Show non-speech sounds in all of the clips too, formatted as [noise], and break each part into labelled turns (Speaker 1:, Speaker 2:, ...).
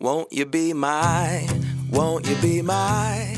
Speaker 1: Won't you be my? Won't you be my?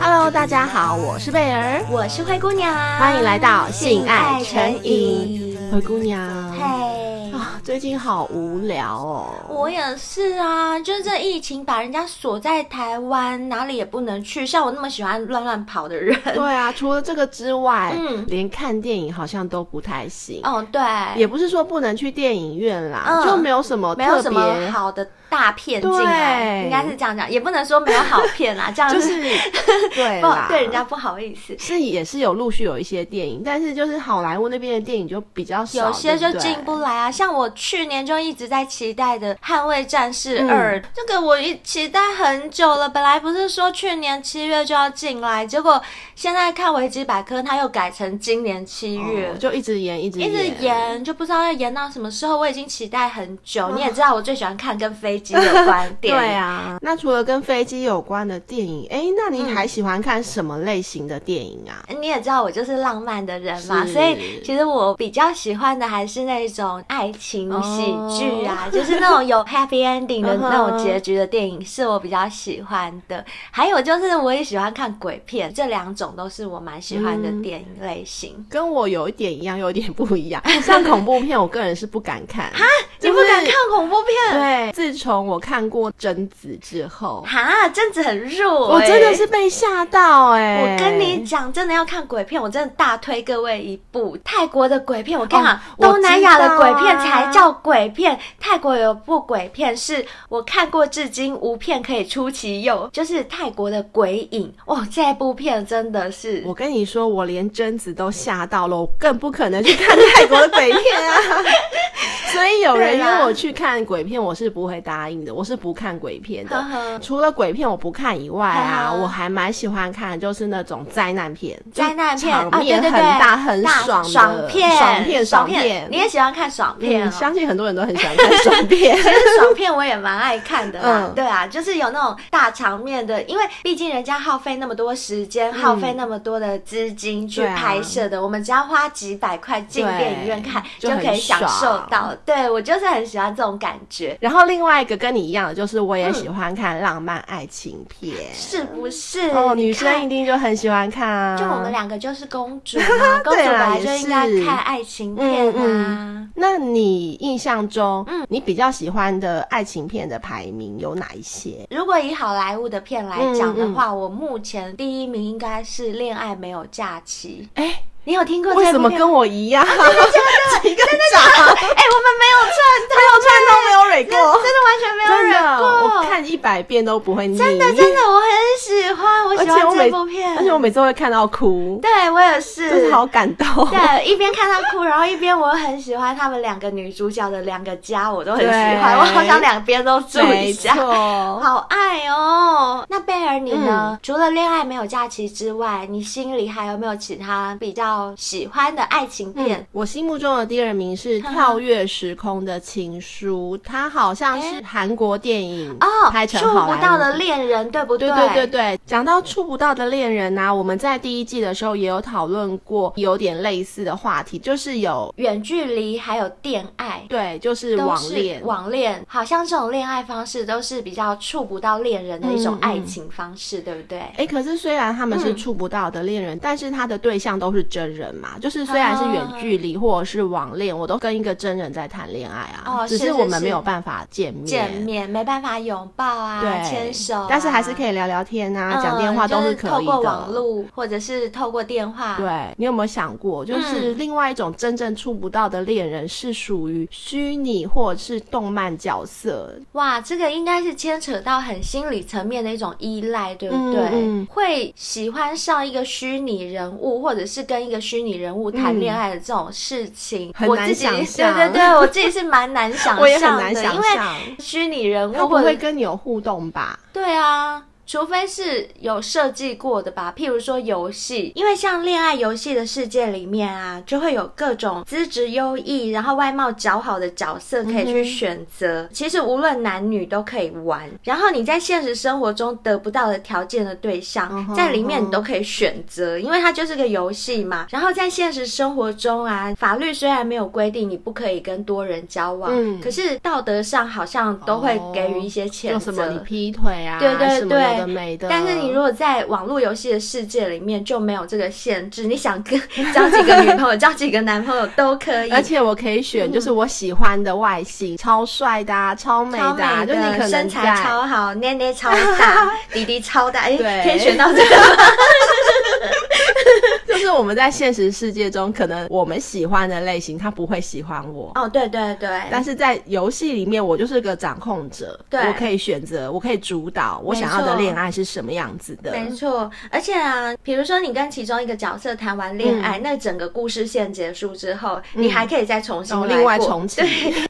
Speaker 2: Hello，大家好，我是贝儿，
Speaker 3: 我是灰姑娘，
Speaker 2: 欢迎来到性爱成瘾。灰
Speaker 3: 性爱成瘾。
Speaker 2: 姑娘
Speaker 3: 嘿，
Speaker 2: 啊，最近好无聊哦。
Speaker 3: 我也是啊，就是这疫情把人家锁在台湾，哪里也不能去。像我那么喜欢乱乱跑
Speaker 2: [laughs]
Speaker 3: 的人，
Speaker 2: 对啊，除了这个之外，
Speaker 3: 嗯
Speaker 2: 连看电影好像都不太行。
Speaker 3: 嗯，对，
Speaker 2: 也不是说不能去电影院啦，
Speaker 3: 嗯
Speaker 2: 就没有什么
Speaker 3: 没有
Speaker 2: 特
Speaker 3: 什么
Speaker 2: 别，
Speaker 3: 好的大片进来，
Speaker 2: 对
Speaker 3: 应该是这样讲，也不能说没有好片啦，这
Speaker 2: [laughs]
Speaker 3: 样
Speaker 2: 就
Speaker 3: 子
Speaker 2: 是对
Speaker 3: 不
Speaker 2: 啦，
Speaker 3: [laughs] 对人家不好意思。
Speaker 2: 是也是有陆续有一些电影，但是就是好莱坞那边的电影就比较少，
Speaker 3: 有些就
Speaker 2: 对对
Speaker 3: 进不来啊，像我去年就一直在期待的《捍卫战士
Speaker 2: 嗯
Speaker 3: 二》，这个我一期待很久了。本来不是说去年七月就要进来，结果现在看维基百科，它又改成今年七月
Speaker 2: 哦，就一直演，一直
Speaker 3: 一直延，就不知道要延到什么时候。我已经期待很久，你也知道我最喜欢看跟飞机有
Speaker 2: [laughs]
Speaker 3: 关电影。
Speaker 2: 啊对啊，那除了跟飞机有关的电影，哎、那你还喜欢看什么类型的电影啊？
Speaker 3: 你也知道我就是浪漫的人嘛，
Speaker 2: 是
Speaker 3: 所以其实我比较喜欢的还是那种爱情喜剧啊 [laughs] 就是那种有 happy ending 的
Speaker 2: 哦嗯哼
Speaker 3: 那种结局的电影是我比较喜欢的。还有就是我也喜欢看鬼片，这两种都是我蛮喜欢
Speaker 2: 嗯
Speaker 3: 的电影类型。
Speaker 2: 跟我有一点一样，有一点不一样。 [laughs] 像恐怖片，我个人是不敢看。哈，
Speaker 3: 你不敢看？恐怖片？
Speaker 2: 对，自从我看过《贞子》之后，
Speaker 3: 哈，贞子很弱、欸
Speaker 2: 我真的。是被吓到哎、
Speaker 3: 我跟你讲，真的要看鬼片，我真的大推各位一部泰国的鬼片。我跟你讲，
Speaker 2: 哦我
Speaker 3: 东南亚的鬼片
Speaker 2: 知道啊
Speaker 3: 才叫鬼片。泰国有部鬼片是我看过至今无片可以出其右，就是泰国的《鬼影》。哇，这部片真的是
Speaker 2: 我跟你说，我连贞子都吓到了，我更不可能去看泰国的鬼片 [laughs] 啊！所以有人
Speaker 3: 对啦
Speaker 2: 约我去看鬼片，我是不会答应的，我是不看鬼片
Speaker 3: 呵
Speaker 2: 的。
Speaker 3: 呵
Speaker 2: 除了鬼片我不看以外啊，
Speaker 3: 呵呵
Speaker 2: 我还蛮喜欢看就是那种灾难片，
Speaker 3: 灾难
Speaker 2: 就
Speaker 3: 片啊，
Speaker 2: 场
Speaker 3: 对
Speaker 2: 面
Speaker 3: 对对，
Speaker 2: 很大、很
Speaker 3: 大
Speaker 2: 爽的
Speaker 3: 爽片，
Speaker 2: 爽片、爽
Speaker 3: 你也喜欢看爽片
Speaker 2: 嗯，
Speaker 3: 哦？
Speaker 2: 相信很多人都很喜欢看爽片。 [laughs]
Speaker 3: 其实爽片我也蛮爱看的啦，
Speaker 2: 嗯
Speaker 3: 对啊，就是有那种大场面的，因为毕竟人家耗费那么多时间，耗费那么多的资金去
Speaker 2: 对啊
Speaker 3: 拍摄的，我们只要花几百块进
Speaker 2: 对
Speaker 3: 电影院看
Speaker 2: 就很
Speaker 3: 可以享受
Speaker 2: 爽
Speaker 3: 到。对我就是很喜欢这种感觉，
Speaker 2: 然后另外一个跟你一样的，就是我也喜欢看浪漫爱情片。
Speaker 3: 嗯是不是？
Speaker 2: 哦，
Speaker 3: 你
Speaker 2: 女生
Speaker 3: 看
Speaker 2: 一定就很喜欢看啊。
Speaker 3: 就我们两个就是公
Speaker 2: [laughs]
Speaker 3: 主嘛，公主
Speaker 2: 对
Speaker 3: 本
Speaker 2: 啦
Speaker 3: 来就
Speaker 2: 也
Speaker 3: 应该
Speaker 2: 是
Speaker 3: 看爱情片啊
Speaker 2: 嗯。那你印象中，
Speaker 3: 嗯
Speaker 2: 你比较喜欢的爱情片的排名有哪一些？
Speaker 3: 如果以好莱坞的片来讲
Speaker 2: 嗯
Speaker 3: 的
Speaker 2: 嗯
Speaker 3: 话，我目前第一名应该是《恋爱没有假期》。
Speaker 2: 哎、
Speaker 3: 你有听过
Speaker 2: 为
Speaker 3: 这
Speaker 2: 什
Speaker 3: 部
Speaker 2: 么
Speaker 3: 片
Speaker 2: 跟我一样？ [laughs] 几个掌，
Speaker 3: 哎、我们没有串通，
Speaker 2: 没有串通，没有蕊过
Speaker 3: 真，的完全没有
Speaker 2: 真
Speaker 3: 忍
Speaker 2: 的，我
Speaker 3: 过。
Speaker 2: 看一百遍都不会腻。
Speaker 3: 真的真的，我很喜欢，我
Speaker 2: 而
Speaker 3: 喜
Speaker 2: 且我
Speaker 3: 欢
Speaker 2: 每
Speaker 3: 这部片，
Speaker 2: 而且我每次会看到哭，
Speaker 3: 对我也
Speaker 2: 真
Speaker 3: 是
Speaker 2: 是。好感动。 [laughs]
Speaker 3: 对，一边看他哭，然后一边我很喜欢他们两个女主角的两个家，我都很喜欢，
Speaker 2: 对
Speaker 3: 我好想两边都住一
Speaker 2: 没
Speaker 3: 下，
Speaker 2: 错，嗯
Speaker 3: 好爱哦。那贝尔你呢？除了恋爱没有假期之外，你心里还有没有其他比较喜欢的爱情片？
Speaker 2: 我心目中的第二名是《跳跃时空的情书》，它好像是韩国电影
Speaker 3: 哦，
Speaker 2: 拍成
Speaker 3: 触
Speaker 2: 好莱
Speaker 3: 不
Speaker 2: 坞
Speaker 3: 到的恋人，对不
Speaker 2: 对对对对，讲到触不到的恋人呐、我们在第一季的时候也有讨论过，有点类似的话题，就是有
Speaker 3: 远距离还有恋爱，
Speaker 2: 对，就是
Speaker 3: 都
Speaker 2: 网
Speaker 3: 是
Speaker 2: 恋。
Speaker 3: 网恋好像这种恋爱方式都是比较触不到恋人的一种
Speaker 2: 嗯嗯
Speaker 3: 爱情方式，对不对？
Speaker 2: 哎，可是虽然他们是
Speaker 3: 嗯
Speaker 2: 触不到的恋人，但是他的对象都是真人嘛，就是虽然是远距离或者是网恋，我都跟一个真人在谈恋爱啊，
Speaker 3: 哦
Speaker 2: 只
Speaker 3: 是
Speaker 2: 是我
Speaker 3: 是
Speaker 2: 们
Speaker 3: 是
Speaker 2: 没有办法见面。
Speaker 3: 见面没办法拥抱啊，
Speaker 2: 对，
Speaker 3: 牵手啊、
Speaker 2: 但是还是可以聊聊天啊，讲电话
Speaker 3: 嗯就
Speaker 2: 都
Speaker 3: 是
Speaker 2: 可以的。
Speaker 3: 透过网络啊或者是透过电话，
Speaker 2: 对你有没有想过，
Speaker 3: 嗯
Speaker 2: 就是另外一种真正触不到的恋人，是属于虚拟或者是动漫角色，
Speaker 3: 哇，这个应该是牵扯到很心理层面的一种依赖，对不对？
Speaker 2: 嗯嗯
Speaker 3: 会喜欢上一个虚拟人物，或者是跟一个虚拟人物谈恋爱的这种事情，
Speaker 2: 很
Speaker 3: 我
Speaker 2: 难
Speaker 3: 自己
Speaker 2: 想象
Speaker 3: [laughs] 对对对，我自己是蛮难
Speaker 2: [laughs]
Speaker 3: 想象的，
Speaker 2: 我也很难想
Speaker 3: 因为
Speaker 2: 象，
Speaker 3: 虚拟人
Speaker 2: 他
Speaker 3: 物
Speaker 2: 不
Speaker 3: 或
Speaker 2: 会
Speaker 3: 者
Speaker 2: 跟你有互动吧？
Speaker 3: 对啊。除非是有设计过的吧，譬如说游戏，因为像恋爱游戏的世界里面啊，就会有各种资质优异，然后外貌姣好的角色可以
Speaker 2: 嗯
Speaker 3: 去选择。其实无论男女都可以玩。然后你在现实生活中得不到的条件的对象，
Speaker 2: 嗯哼
Speaker 3: 在里面你都可以选择，因为它就是个游戏嘛。然后在现实生活中啊，法律虽然没有规定你不可以跟多人交往，
Speaker 2: 嗯哦
Speaker 3: 可是道德上好像都会给予一些谴责。
Speaker 2: 就什么你劈腿啊，
Speaker 3: 对对
Speaker 2: 什么有的没的。
Speaker 3: 对，但是你如果在网络游戏的世界里面就没有这个限制，你想跟交几个女朋友、交几个男朋友都可以，嗯
Speaker 2: 而且我可以选，就是我喜欢的外形，超帅的、啊，超美的、
Speaker 3: 超
Speaker 2: 啊，
Speaker 3: 美
Speaker 2: 就你可
Speaker 3: 的，
Speaker 2: 能
Speaker 3: 身材
Speaker 2: 在
Speaker 3: 超好，捏捏超 [laughs] 大，弟弟超大，哎，
Speaker 2: 对
Speaker 3: 可以选到这个吗，
Speaker 2: 就是我们在现实世界中，可能我们喜欢的类型，他不会喜欢我。
Speaker 3: [laughs] 哦，对对对。
Speaker 2: 但是在游戏里面，我就是个掌控者，
Speaker 3: 对
Speaker 2: 我可以选择，我可以主导我想要
Speaker 3: 没
Speaker 2: 的
Speaker 3: 错
Speaker 2: 恋爱是什么样子的。
Speaker 3: 没错，而且啊，比如说你跟其中一个角色谈完恋爱，那整个故事线结束之后，你还可以再哦重新
Speaker 2: 然后
Speaker 3: 来
Speaker 2: 另外
Speaker 3: 过
Speaker 2: 重
Speaker 3: [laughs]
Speaker 2: 启，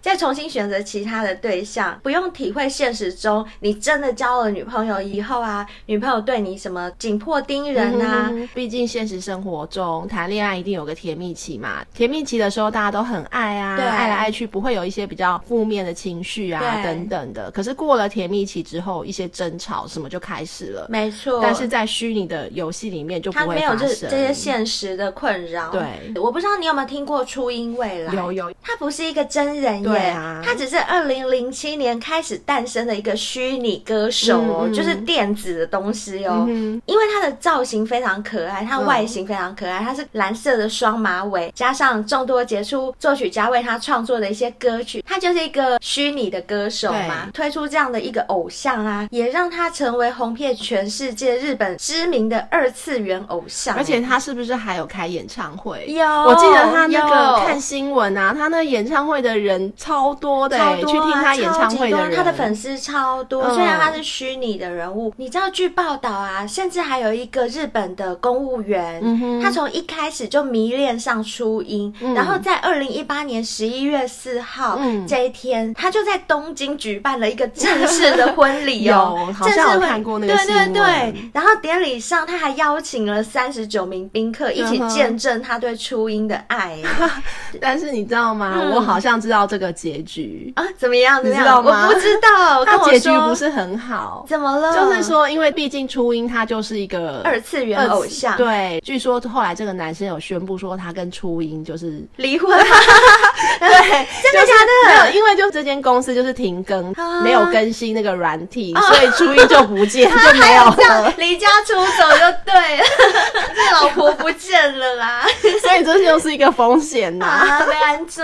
Speaker 3: 再重新选择其他的对象，不用体会现实中你真的交了女朋友以后啊，女朋友对你什么紧迫盯人啊。
Speaker 2: 嗯毕竟现实生活中谈恋爱一定有个甜蜜期嘛，甜蜜期的时候大家都很爱啊，
Speaker 3: 对
Speaker 2: 爱来爱去，不会有一些比较负面的情绪啊
Speaker 3: 对
Speaker 2: 等等的。可是过了甜蜜期之后，一些争吵什么就开始了。
Speaker 3: 没错，
Speaker 2: 但是在虚拟的游戏里面就不
Speaker 3: 他
Speaker 2: 会
Speaker 3: 没有
Speaker 2: 发
Speaker 3: 这
Speaker 2: 生
Speaker 3: 这些现实的困扰。
Speaker 2: 对，
Speaker 3: 我不知道你有没有听过初音未来？
Speaker 2: 有有
Speaker 3: 它不是一个真人
Speaker 2: 对
Speaker 3: 耶，
Speaker 2: 啊
Speaker 3: 它只是二零零七年开始诞生的一个虚拟歌手哦，
Speaker 2: 嗯嗯
Speaker 3: 就是电子的东西哦。
Speaker 2: 嗯
Speaker 3: 因为它的造型非常可爱，它
Speaker 2: 嗯
Speaker 3: 外形非常可爱，它是蓝色的双马尾，加上众多杰出作曲家为他创作的一些歌曲，他就是一个虚拟的歌手嘛。推出这样的一个偶像啊，也让他成为红遍全世界日本知名的二次元偶像。
Speaker 2: 而且他是不是还有开演唱会？
Speaker 3: 有
Speaker 2: 我记得他那个
Speaker 3: 有
Speaker 2: 看新闻啊，他那演唱会的人超多的、
Speaker 3: 超
Speaker 2: 欸，
Speaker 3: 多啊
Speaker 2: 去听他演唱会
Speaker 3: 超级
Speaker 2: 的
Speaker 3: 多
Speaker 2: 人，
Speaker 3: 他的粉丝超多。
Speaker 2: 嗯
Speaker 3: 虽然他是虚拟的人物，你知道，据报道啊，甚至还有一个日本的公务员，
Speaker 2: 嗯哼
Speaker 3: 他从一开始就迷恋上初音，
Speaker 2: 嗯
Speaker 3: 然后在二零一八年十一月四号、
Speaker 2: 嗯
Speaker 3: 这一天，他就在东京举办了一个正式的
Speaker 2: [laughs]
Speaker 3: 婚礼哦
Speaker 2: 有，好像
Speaker 3: 正式婚
Speaker 2: 有看过那个
Speaker 3: 对对
Speaker 2: 新闻
Speaker 3: 对。然后典礼上，他还邀请了三十九名宾客一起
Speaker 2: 嗯哼
Speaker 3: 见证他对初音的
Speaker 2: [laughs]
Speaker 3: 爱
Speaker 2: 但是你知道吗？
Speaker 3: 嗯
Speaker 2: 我好像知道这个结局，
Speaker 3: 啊，怎么样？怎么
Speaker 2: 你知
Speaker 3: 样？
Speaker 2: 道吗
Speaker 3: 我不知道，跟
Speaker 2: 它
Speaker 3: 我
Speaker 2: 结局
Speaker 3: 说
Speaker 2: 不是很好。
Speaker 3: 怎么了？
Speaker 2: 就是说，因为毕竟初音他就是一个
Speaker 3: 二次元
Speaker 2: 嗯二次
Speaker 3: 偶像
Speaker 2: 对。据说后来这个男生有宣布说，他跟初音就是 [laughs]
Speaker 3: 离婚，对， [laughs] 真的
Speaker 2: 没
Speaker 3: 假
Speaker 2: 有，
Speaker 3: 的？
Speaker 2: 因为就这间公司就是停更
Speaker 3: 啊，
Speaker 2: 没有更新那个软体，所以初音就不 [laughs] 见就没啊有
Speaker 3: 这样
Speaker 2: 了。
Speaker 3: 离家出走就对 [laughs] 了，这老婆不见了啦，
Speaker 2: 所以这就是一个风险呐、
Speaker 3: 啊，被
Speaker 2: [laughs]
Speaker 3: 安怎？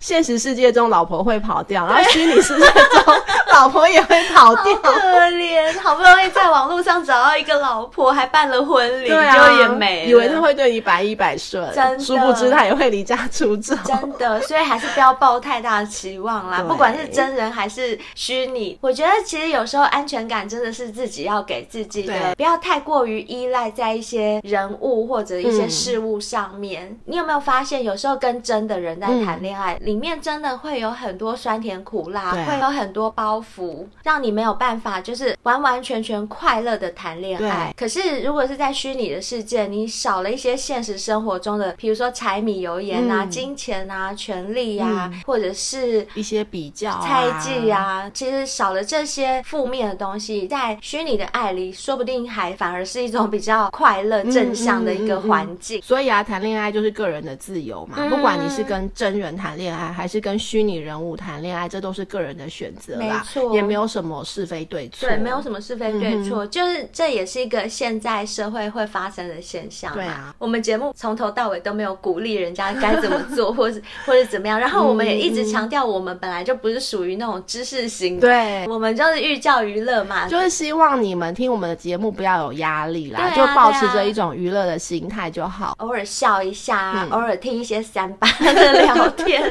Speaker 2: 现实世界中老婆会跑掉，然后虚拟世界中老婆也会跑
Speaker 3: 好
Speaker 2: [laughs] 掉。
Speaker 3: 可怜，好不容易在网络上找到一个老婆，还办了婚礼，
Speaker 2: 对啊，
Speaker 3: 就也没了
Speaker 2: 以为他。会对你百依百顺
Speaker 3: 真的，
Speaker 2: 殊不知他也会离家出走。
Speaker 3: [laughs] 真的，所以还是不要抱太大的期望啦。
Speaker 2: 对
Speaker 3: 不管是真人还是虚拟，我觉得其实有时候安全感真的是自己要给自己的，
Speaker 2: 对
Speaker 3: 不要太过于依赖在一些人物或者一些事物上面。
Speaker 2: 嗯
Speaker 3: 你有没有发现，有时候跟真的人在谈恋爱，里面真的会有很多酸甜苦辣，
Speaker 2: 对啊
Speaker 3: 会有很多包袱，让你没有办法就是完完全全快乐的谈恋爱。可是如果是在虚拟的世界，你少了一些现实生活中的，比如说柴米油盐啊、
Speaker 2: 嗯
Speaker 3: 金。金钱啊、权利啊，或者是
Speaker 2: 一些比较、
Speaker 3: 猜忌，啊，其实少了这些负面的东西，在虚拟的爱里，说不定还反而是一种比较快乐、正向的一
Speaker 2: 嗯
Speaker 3: 个环境。
Speaker 2: 所以啊，谈恋爱就是个人的自由嘛。
Speaker 3: 嗯
Speaker 2: 不管你是跟真人谈恋爱，还是跟虚拟人物谈恋爱，这都是个人的选择啦
Speaker 3: 没错，
Speaker 2: 也没有什么是非对错。
Speaker 3: 对，没有什么是非对错，就是这也是一个现在社会会发生的现象嘛。
Speaker 2: 对啊
Speaker 3: 我们节目从头到尾都没有鼓励人家该怎么
Speaker 2: [laughs]
Speaker 3: 做，或是或者怎么样，然后我们也一直强调，我们本来就不是属于那种知识型
Speaker 2: 嗯
Speaker 3: 的，
Speaker 2: 对。
Speaker 3: 我们就是寓教于乐嘛，
Speaker 2: 就是希望你们听我们的节目不要有压力啦，
Speaker 3: 对啊
Speaker 2: 就保持
Speaker 3: 对啊
Speaker 2: 着一种娱乐的心态就好。
Speaker 3: 偶尔笑一下，
Speaker 2: 嗯
Speaker 3: 偶尔听一些三八的聊
Speaker 2: [laughs]
Speaker 3: 天，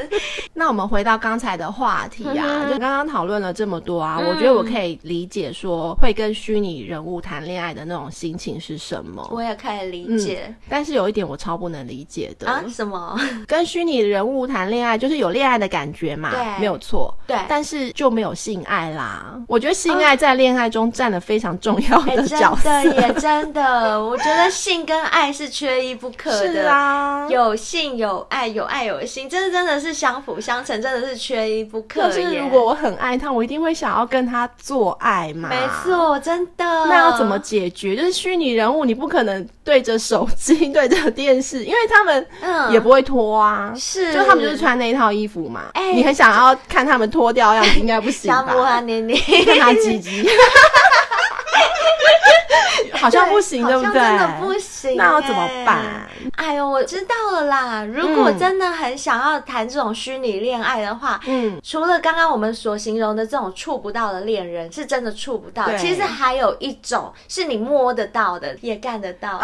Speaker 2: 那我们回到刚才的话题
Speaker 3: 嗯
Speaker 2: 啊，
Speaker 3: 哼
Speaker 2: 就刚刚讨论了这么多啊，
Speaker 3: 嗯
Speaker 2: 我觉得我可以理解说会跟虚拟人物谈恋爱的那种心情是什么。嗯
Speaker 3: 我也可以理解、
Speaker 2: 但是有一点我超不能理解的，
Speaker 3: 啊。什么？
Speaker 2: 跟虚拟人物物谈恋爱，就是有恋爱的感觉嘛，
Speaker 3: 对
Speaker 2: 没有错。
Speaker 3: 对
Speaker 2: 但是就没有性爱啦。我觉得性爱在恋爱中占了非常重要
Speaker 3: 啊哎、
Speaker 2: 的
Speaker 3: 真
Speaker 2: 角色。
Speaker 3: 的也真的，我觉得性跟爱是缺一不可的。
Speaker 2: 是啊，
Speaker 3: 有性有爱，有爱有心，这是真的是相辅相成，真的是缺一不可
Speaker 2: 就
Speaker 3: 耶。
Speaker 2: 是如果我很爱他，我一定会想要跟他做爱嘛。
Speaker 3: 没。错，真的。
Speaker 2: 那要怎么解决？就是虚拟人物，你不可能对着手机、 [laughs] 对着电视，因为他们
Speaker 3: 嗯
Speaker 2: 也不会脱啊。
Speaker 3: 是？
Speaker 2: 就他们就是穿那一套衣服嘛。
Speaker 3: 哎
Speaker 2: 你很想要看他们脱掉的样子，应该不行
Speaker 3: [laughs] 想摸
Speaker 2: 吧？
Speaker 3: 啊捏捏，
Speaker 2: 看他鸡
Speaker 3: [laughs]
Speaker 2: 鸡，好像不行，对
Speaker 3: 好
Speaker 2: 不
Speaker 3: 像
Speaker 2: 对？
Speaker 3: 真的不行、
Speaker 2: 那要怎么办？？
Speaker 3: 哎呦，我知道了啦。如果
Speaker 2: 嗯
Speaker 3: 真的很想要谈这种虚拟恋爱的话，
Speaker 2: 嗯，
Speaker 3: 除了刚刚我们所形容的这种触不到的恋人，是真的触不到。
Speaker 2: 对
Speaker 3: 其实还有一种是你摸得到的，也干得
Speaker 2: [laughs]
Speaker 3: 到。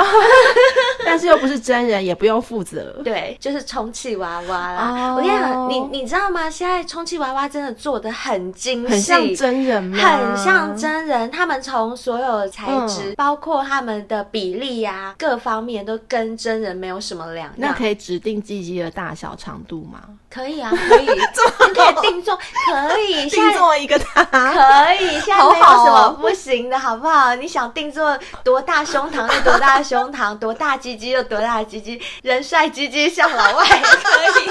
Speaker 2: 但是又不是真人，也不用负责。
Speaker 3: 对，就是充气娃娃啦。
Speaker 2: 哦
Speaker 3: 我跟你讲，你你知道吗？现在充气娃娃真的做的很精
Speaker 2: 很
Speaker 3: 细，
Speaker 2: 像真人吗？
Speaker 3: 很像真人，他们从所有的材质，
Speaker 2: 嗯
Speaker 3: 包括他们的比例呀、各方面都跟真人啊没有什么两样。
Speaker 2: 那可以指定鸡鸡的大小、长度吗？
Speaker 3: 可以啊，
Speaker 2: [laughs]
Speaker 3: 可以，你可以定做，可以，现在
Speaker 2: 做一个它，
Speaker 3: 可以，现在
Speaker 2: 好
Speaker 3: 没有什
Speaker 2: 好
Speaker 3: 么
Speaker 2: 哦
Speaker 3: 不行的，好不好？你想定做多大胸膛就多大胸膛，多大鸡鸡就多大鸡鸡，人帅鸡鸡像老外也可以。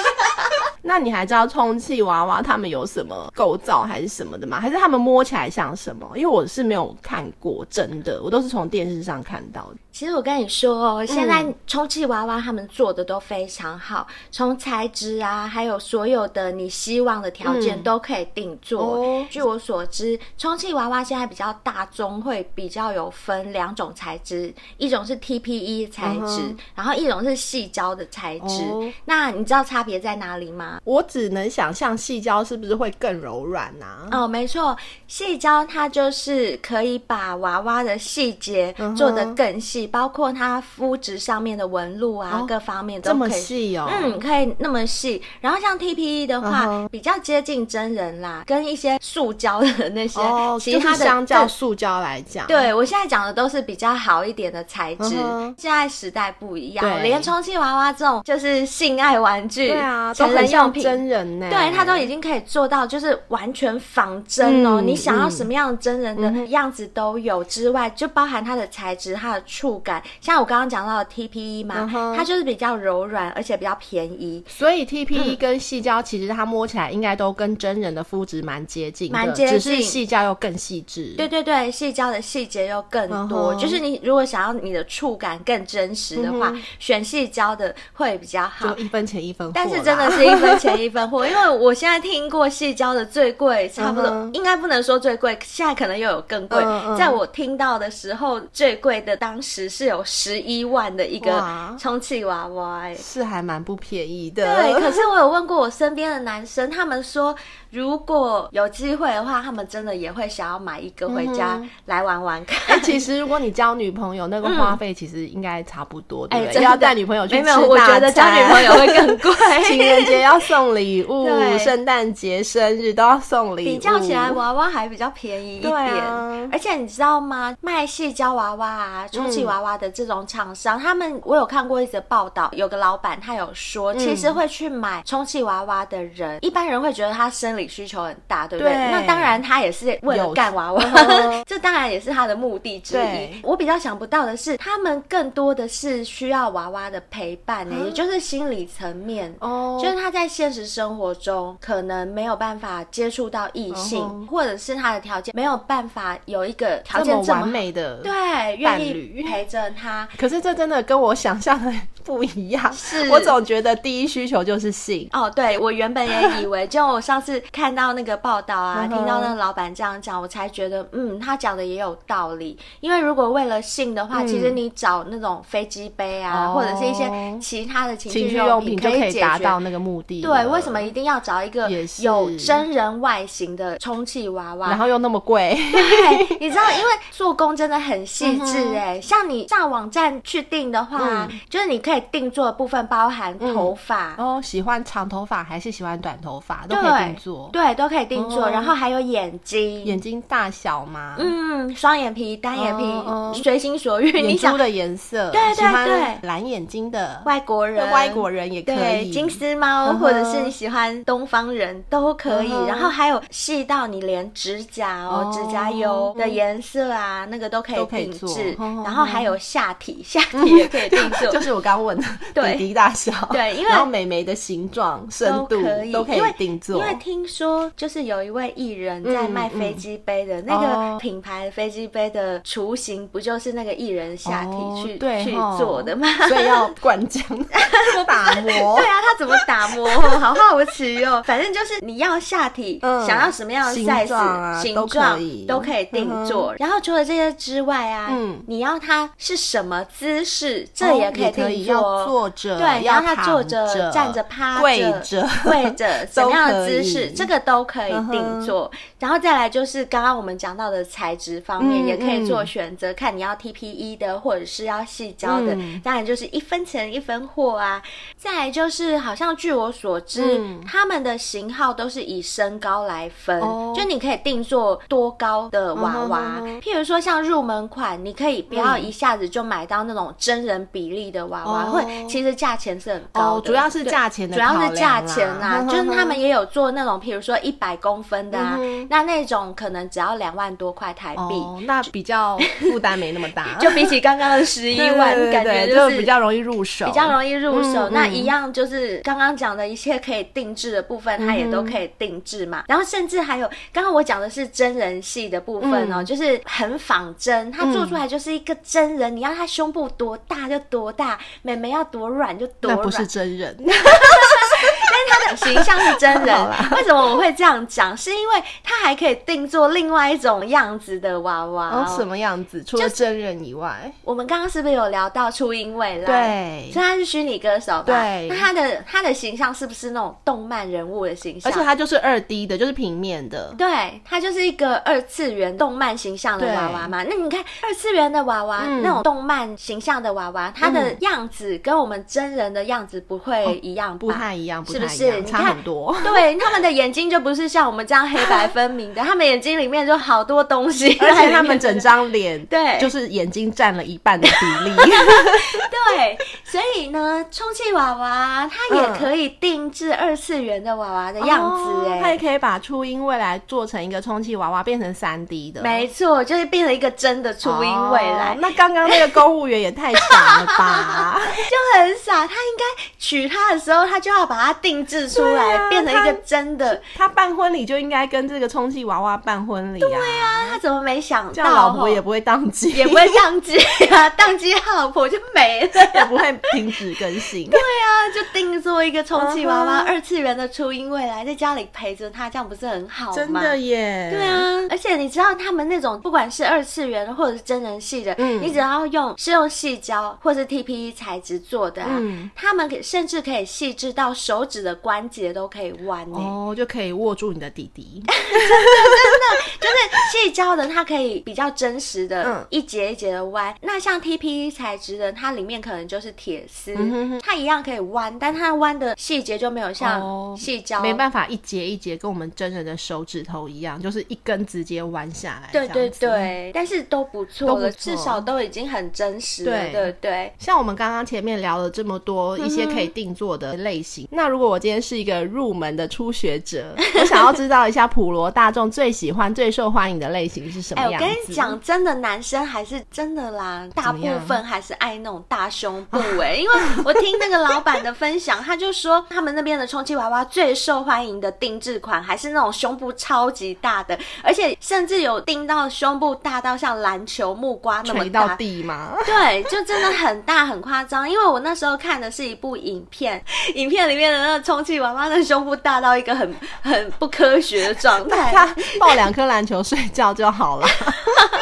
Speaker 2: 那你还知道充气娃娃他们有什么构造还是什么的吗？还是他们摸起来像什么？因为我是没有看过真的，我都是从电视上看到的。
Speaker 3: 其实我跟你说
Speaker 2: 嗯
Speaker 3: 哦，现在充气娃娃他们做的都非常好，从材质啊，还有所有的你希望的条件
Speaker 2: 嗯
Speaker 3: 都可以定做。
Speaker 2: 哦
Speaker 3: 据我所知，充气娃娃现在比较大宗会比较有分两种材质，一种是 TPE 材
Speaker 2: 嗯
Speaker 3: 质，
Speaker 2: 哼
Speaker 3: 然后一种是细胶的材质。
Speaker 2: 哦
Speaker 3: 那你知道差别在哪里吗？
Speaker 2: 我只能想象细胶是不是会更柔软呐、啊？
Speaker 3: 哦，没错，细胶它就是可以把娃娃的细节
Speaker 2: 嗯
Speaker 3: 做得更细，包括它肤质上面的纹路啊，
Speaker 2: 哦
Speaker 3: 各方面都
Speaker 2: 这么
Speaker 3: 可以。
Speaker 2: 细哦、
Speaker 3: 嗯，可以那么细。然后像 TPE 的话
Speaker 2: 嗯哼
Speaker 3: 比较接近真人啦，跟一些塑胶的那些、
Speaker 2: 哦，
Speaker 3: 其
Speaker 2: 就
Speaker 3: 他
Speaker 2: 是
Speaker 3: 的
Speaker 2: 相较
Speaker 3: 对
Speaker 2: 塑胶来讲，，
Speaker 3: 对我现在讲的都是比较好一点的材质，
Speaker 2: 嗯哼
Speaker 3: 现在时代不一样，
Speaker 2: 对
Speaker 3: 连充气娃娃这种就是性爱玩具，
Speaker 2: 对啊，都
Speaker 3: 成
Speaker 2: 很
Speaker 3: 人用
Speaker 2: 像
Speaker 3: 品，
Speaker 2: 真人呢、
Speaker 3: 对，它都已经可以做到，就是完全仿真哦。
Speaker 2: 嗯
Speaker 3: 你想要
Speaker 2: 嗯
Speaker 3: 什么样的真人的样子都有，之外、就包含它的材质、它的触感。像我刚刚讲到的 TPE 嘛，
Speaker 2: 嗯哼
Speaker 3: 它就是比较柔软，而且比较便宜，
Speaker 2: 所以
Speaker 3: 嗯
Speaker 2: TPE 跟细胶其实它摸起来应该都跟真人的肤质蛮接近的，
Speaker 3: 蛮接
Speaker 2: 只
Speaker 3: 近
Speaker 2: 是细胶又更细致。
Speaker 3: 对对对，细胶的细节又更多。
Speaker 2: 嗯哼嗯
Speaker 3: 就是你如果想要你的触感更真实的话，选细胶的会比较好
Speaker 2: 就。一分钱一分货啦。
Speaker 3: 但是真的是一分钱一分 [laughs] 货，因为我现在听过细胶的最贵，差不多、
Speaker 2: 嗯哼
Speaker 3: 应该不能说最贵，现在可能又有更贵。
Speaker 2: 嗯嗯
Speaker 3: 在我听到的时候，最贵的当时是有十一万的一个
Speaker 2: 哇
Speaker 3: 充气娃娃、哎，
Speaker 2: 是还蛮不便宜的。
Speaker 3: [laughs] 对，
Speaker 2: [laughs]
Speaker 3: 可是我有问过我身边的男生，他们说如果有机会的话，他们真的也会想要买一个回家来玩玩看。
Speaker 2: 哎其实如果你交女朋友，那个花费其实应该差不多，对不
Speaker 3: 嗯哎真
Speaker 2: 对？
Speaker 3: 的
Speaker 2: 要带女朋友去吃
Speaker 3: 没
Speaker 2: 大
Speaker 3: 有，
Speaker 2: 餐，
Speaker 3: 我觉得交女朋友会更贵。
Speaker 2: [laughs] 情人节要送礼物
Speaker 3: [laughs] 对，
Speaker 2: 圣诞节、生日都要送礼物。
Speaker 3: 比较起来，娃娃还比较便宜一点。
Speaker 2: 对啊
Speaker 3: 而且你知道吗？卖细胶娃娃啊、充气娃娃的这种厂商，他们我有看过一则报道，有个老板他有说，
Speaker 2: 嗯
Speaker 3: 其实会去买充气娃娃的人，一般人会觉得他生理需求很大，对不对？
Speaker 2: 对
Speaker 3: 那当然，他也是为了
Speaker 2: 有
Speaker 3: 干娃娃
Speaker 2: 嗯，
Speaker 3: [laughs] 这当然也是他的目的之一
Speaker 2: 对。
Speaker 3: 我比较想不到的是，他们更多的是需要娃娃的陪伴欸
Speaker 2: 啊
Speaker 3: 呢、也就是心理层面。
Speaker 2: 哦，
Speaker 3: 就是他在现实生活中可能没有办法接触到异性，
Speaker 2: 嗯
Speaker 3: 或者是他的条件没有办法有一个条
Speaker 2: 这
Speaker 3: 件
Speaker 2: 么
Speaker 3: 这么
Speaker 2: 完美的
Speaker 3: 好，。对，
Speaker 2: 伴
Speaker 3: 愿意
Speaker 2: 侣
Speaker 3: 陪着他。
Speaker 2: 可是这真的跟我想象的 [laughs] 不一样。
Speaker 3: 是
Speaker 2: 我总觉得第一需求就是性。
Speaker 3: 哦，对，我原本也
Speaker 2: [laughs]
Speaker 3: 以为，就我上次看到那个报道啊，
Speaker 2: 嗯
Speaker 3: 听
Speaker 2: 哼
Speaker 3: 到那个老板这样讲，我才觉得，嗯，他讲的也有道理。因为如果为了性的话，
Speaker 2: 嗯
Speaker 3: 其实你找那种飞机杯啊，
Speaker 2: 哦
Speaker 3: 或者是一些其他的情
Speaker 2: 情
Speaker 3: 趣
Speaker 2: 趣用品就
Speaker 3: 可
Speaker 2: 可
Speaker 3: 以
Speaker 2: 以
Speaker 3: 解
Speaker 2: 达
Speaker 3: 决
Speaker 2: 到那个目的了。
Speaker 3: 对，为什么一定要找一个
Speaker 2: 也是
Speaker 3: 有真人外形的充气娃娃？
Speaker 2: 然后又那么贵？ [laughs]
Speaker 3: [laughs] 对，你知道，因
Speaker 2: 嗯
Speaker 3: 欸为做工真的很细致哎，像你上网站去订的话，就是你可以以定做的部分包含头发。
Speaker 2: 哦，喜欢长头发还是喜欢短头发都
Speaker 3: 对
Speaker 2: 可以定做。
Speaker 3: 对，都可以定做，
Speaker 2: 哦
Speaker 3: 然后还有眼睛，
Speaker 2: 眼睛大小吗？
Speaker 3: 嗯，双眼皮、单眼皮，
Speaker 2: 哦哦
Speaker 3: 随心所欲。你
Speaker 2: 眼珠
Speaker 3: 想
Speaker 2: 的颜色，
Speaker 3: 对对
Speaker 2: 喜欢
Speaker 3: 对
Speaker 2: 蓝眼睛的
Speaker 3: 外国人，
Speaker 2: 外国人也可
Speaker 3: 对
Speaker 2: 以。
Speaker 3: 金丝猫，
Speaker 2: 嗯哼
Speaker 3: 或者是你喜欢东方人都可以。
Speaker 2: 嗯哼
Speaker 3: 然后还有细到你连指甲
Speaker 2: 哦
Speaker 3: 哦、指甲油的颜色啊，那个都可
Speaker 2: 都
Speaker 3: 以
Speaker 2: 可以
Speaker 3: 定
Speaker 2: 做
Speaker 3: 制。
Speaker 2: 嗯哼嗯
Speaker 3: 然后还有下体，下体也可以定
Speaker 2: [laughs] [laughs]
Speaker 3: 做。
Speaker 2: 就是我刚问的
Speaker 3: 对
Speaker 2: 底底大小，
Speaker 3: 对因为
Speaker 2: 然后美眉的形状、深
Speaker 3: 都
Speaker 2: 度
Speaker 3: 可以，
Speaker 2: 都可以
Speaker 3: 因为
Speaker 2: 定做
Speaker 3: [laughs] 因。为听说就是有一位艺人在
Speaker 2: 嗯
Speaker 3: 卖
Speaker 2: 嗯
Speaker 3: 飞机杯的、那个
Speaker 2: 哦
Speaker 3: 品牌的飞机杯的雏形，不就是那个艺人下体
Speaker 2: 哦
Speaker 3: 去、
Speaker 2: 对
Speaker 3: 去
Speaker 2: 吼
Speaker 3: 做的吗？
Speaker 2: [laughs] 所以要灌浆
Speaker 3: [laughs]
Speaker 2: 打磨
Speaker 3: 对。啊，他怎么打磨？ [laughs] 好好奇哦。反正就是你要下体，
Speaker 2: 嗯
Speaker 3: 想要什么样的
Speaker 2: 形
Speaker 3: size、
Speaker 2: 状啊
Speaker 3: 形
Speaker 2: 都可
Speaker 3: 状
Speaker 2: 以
Speaker 3: 都可以定做。然后除了这些之外啊，
Speaker 2: 嗯
Speaker 3: 你要它是什么姿势，这
Speaker 2: 哦
Speaker 3: 也可以
Speaker 2: 也可
Speaker 3: 定
Speaker 2: 以
Speaker 3: 做
Speaker 2: 要
Speaker 3: 哦。
Speaker 2: 坐着，
Speaker 3: 对，
Speaker 2: 要
Speaker 3: 然后他坐着、
Speaker 2: 躺
Speaker 3: 站着、趴
Speaker 2: 跪着
Speaker 3: 跪
Speaker 2: [laughs]
Speaker 3: 着，什么样
Speaker 2: 都
Speaker 3: 的
Speaker 2: 可以嗯
Speaker 3: 姿势，这个都可以定做。然后再来就是刚刚我们讲到的材质方
Speaker 2: 嗯
Speaker 3: 面，也可以做选择，看你要 TPE 的，或者是要细胶的
Speaker 2: 嗯。
Speaker 3: 当然就是一分钱一分货啊。再来就是，好像据我所知
Speaker 2: 嗯，
Speaker 3: 他们的型号都是以身高来分
Speaker 2: 哦，
Speaker 3: 就你可以定做多高的娃娃
Speaker 2: 嗯哼嗯，哼
Speaker 3: 譬如说像入门款，你可以不要
Speaker 2: 嗯
Speaker 3: 一下子就买到那种真人比例的娃娃。娃
Speaker 2: 哦
Speaker 3: 会其实价钱是很高
Speaker 2: 哦，
Speaker 3: 的，
Speaker 2: 主要是
Speaker 3: 对。
Speaker 2: 价钱的
Speaker 3: 主
Speaker 2: 考量
Speaker 3: 要
Speaker 2: 啦，
Speaker 3: 是价钱
Speaker 2: [laughs]
Speaker 3: 呐、
Speaker 2: 哼哼
Speaker 3: 就是他
Speaker 2: 哼
Speaker 3: 们也有做那种，譬如说一百公分的啊，
Speaker 2: 嗯哼
Speaker 3: 那那种可能只要两万多块台币，
Speaker 2: 哦，那比较负担没那么大，
Speaker 3: [laughs] 就比起刚刚的十一
Speaker 2: 对对 [laughs]
Speaker 3: 万，
Speaker 2: 对对
Speaker 3: 感觉
Speaker 2: 对
Speaker 3: 就
Speaker 2: 就是比较容易入手，
Speaker 3: 比较容易入手。
Speaker 2: 嗯
Speaker 3: 那
Speaker 2: 嗯
Speaker 3: 一样就是刚刚讲的一些可以定制的部
Speaker 2: 嗯
Speaker 3: 分，它也都可以定制嘛。然后甚至还有刚刚我讲的是真人戏的部分
Speaker 2: 嗯
Speaker 3: 哦，就是很仿真，它做出来就是一个真人，你要它胸部多大就多大，美眉要多软就多
Speaker 2: 那
Speaker 3: 软，
Speaker 2: 不是真人，
Speaker 3: 他的形象是真
Speaker 2: [laughs] 好
Speaker 3: 人
Speaker 2: 啦，
Speaker 3: 为什么我会这样讲？是因为他还可以定做另外一种样子的娃娃、哦
Speaker 2: 然哦后什？么样子？除了真人以外，
Speaker 3: 我们刚刚是不是有聊到初音未来？
Speaker 2: 对
Speaker 3: 所，以他是虚拟歌手吧？
Speaker 2: 对
Speaker 3: 那他的他的形象是不是那种动漫人物的形象？
Speaker 2: 而且它就是二 D 的，就是平面的，
Speaker 3: 对，它就是一个二次元动漫形象的娃娃嘛。那你看二次元的娃娃，
Speaker 2: 嗯
Speaker 3: 那种动漫形象的娃娃，它的
Speaker 2: 嗯哦
Speaker 3: 样子跟我们真人的样子不会一样吧？
Speaker 2: 不太一样，不
Speaker 3: 是不
Speaker 2: 太
Speaker 3: 是
Speaker 2: 一样，
Speaker 3: 你
Speaker 2: 差
Speaker 3: 看
Speaker 2: 很
Speaker 3: [laughs]
Speaker 2: 多。
Speaker 3: 对，他们的眼睛就不是像我们这样黑白分
Speaker 2: [laughs]
Speaker 3: 明的，他们眼睛里面就好多东西，
Speaker 2: 而且他们整张脸，
Speaker 3: 对
Speaker 2: 就是眼睛占了一半的比例，
Speaker 3: 对，所以呢，充气娃娃它也
Speaker 2: 嗯
Speaker 3: 可以定制二次元的娃娃的 [laughs] 样子、
Speaker 2: 哦
Speaker 3: 哎、
Speaker 2: 它也可以把初音未来做成一个充气娃娃，变成三 D 的，
Speaker 3: 没错，就是变成一个真的初音未来
Speaker 2: 哦，那刚刚那个公务员也太傻了
Speaker 3: [laughs]
Speaker 2: 吧？
Speaker 3: 就很傻。他应该娶她的时候，他就要把它定制出来，
Speaker 2: 对啊
Speaker 3: 变成一个
Speaker 2: 他
Speaker 3: 真的。
Speaker 2: 他办婚礼就应该跟这个充气娃娃办婚礼啊，
Speaker 3: 啊，他怎么没想
Speaker 2: 这
Speaker 3: 到
Speaker 2: 样
Speaker 3: 吼？
Speaker 2: 老婆也不会宕机，
Speaker 3: 也不会宕机啊， [laughs] 宕机他老婆就没了。
Speaker 2: 也不会停止更
Speaker 3: [laughs]
Speaker 2: 新。
Speaker 3: 啊，就定做一个充气娃娃
Speaker 2: 嗯哼
Speaker 3: 二次元的初音未来，在家里陪着他，这样不是很好吗？
Speaker 2: 真的耶，
Speaker 3: 啊对，啊，而且你知道他们那种不管是二次元或者是真人系的，
Speaker 2: 嗯
Speaker 3: 你只要用是用细胶或是 TPE 材质做的啊，
Speaker 2: 嗯
Speaker 3: 他们可甚至可以细致到手指的关节都可以弯欸呢、
Speaker 2: 哦，就可以握住你的弟弟，
Speaker 3: 就是细胶的它可以比较真实的
Speaker 2: 嗯，
Speaker 3: 一节一节的弯。那像 TPE 材质的，它里面可能就是铁丝，
Speaker 2: 嗯哼哼
Speaker 3: 它一样可以弯，但它弯的细节就没有像
Speaker 2: 哦
Speaker 3: 细胶、
Speaker 2: 没办法一节一节跟我们真人的手指头一样，就是一根直接弯下来。
Speaker 3: 对
Speaker 2: 这
Speaker 3: 对
Speaker 2: 样子。
Speaker 3: 对，但是都不错
Speaker 2: 都不
Speaker 3: 了，
Speaker 2: 错
Speaker 3: 至少都已经很真实了，
Speaker 2: 对
Speaker 3: 对不对？
Speaker 2: 像我们刚刚前面聊了这么多一些可以定做的类
Speaker 3: 嗯
Speaker 2: 型，那如果我今天是一个入门的初学者， [laughs] 我想要知道一下普罗大众最喜欢、最受欢迎的类型是什么
Speaker 3: 哎，
Speaker 2: 样子？
Speaker 3: 我跟你讲，真的男生还是真的啦，大部分还是爱那种大胸部
Speaker 2: 啊
Speaker 3: 哎、因为我听那个老板的分享，他就说他们那边的充气娃娃最受欢迎的定制款还是那种胸部超级大的，而且甚至有定到胸部大到像篮球木瓜那么
Speaker 2: 垂到
Speaker 3: 大。
Speaker 2: 地
Speaker 3: [laughs]
Speaker 2: 吗？
Speaker 3: 对，就真的很大很夸张，因为我那时候看的是一部影片，影片里面的那个充气气娃娃的胸部大到一个很很不科学的状
Speaker 2: [laughs]
Speaker 3: 态。
Speaker 2: 他抱两颗篮球睡觉就好了。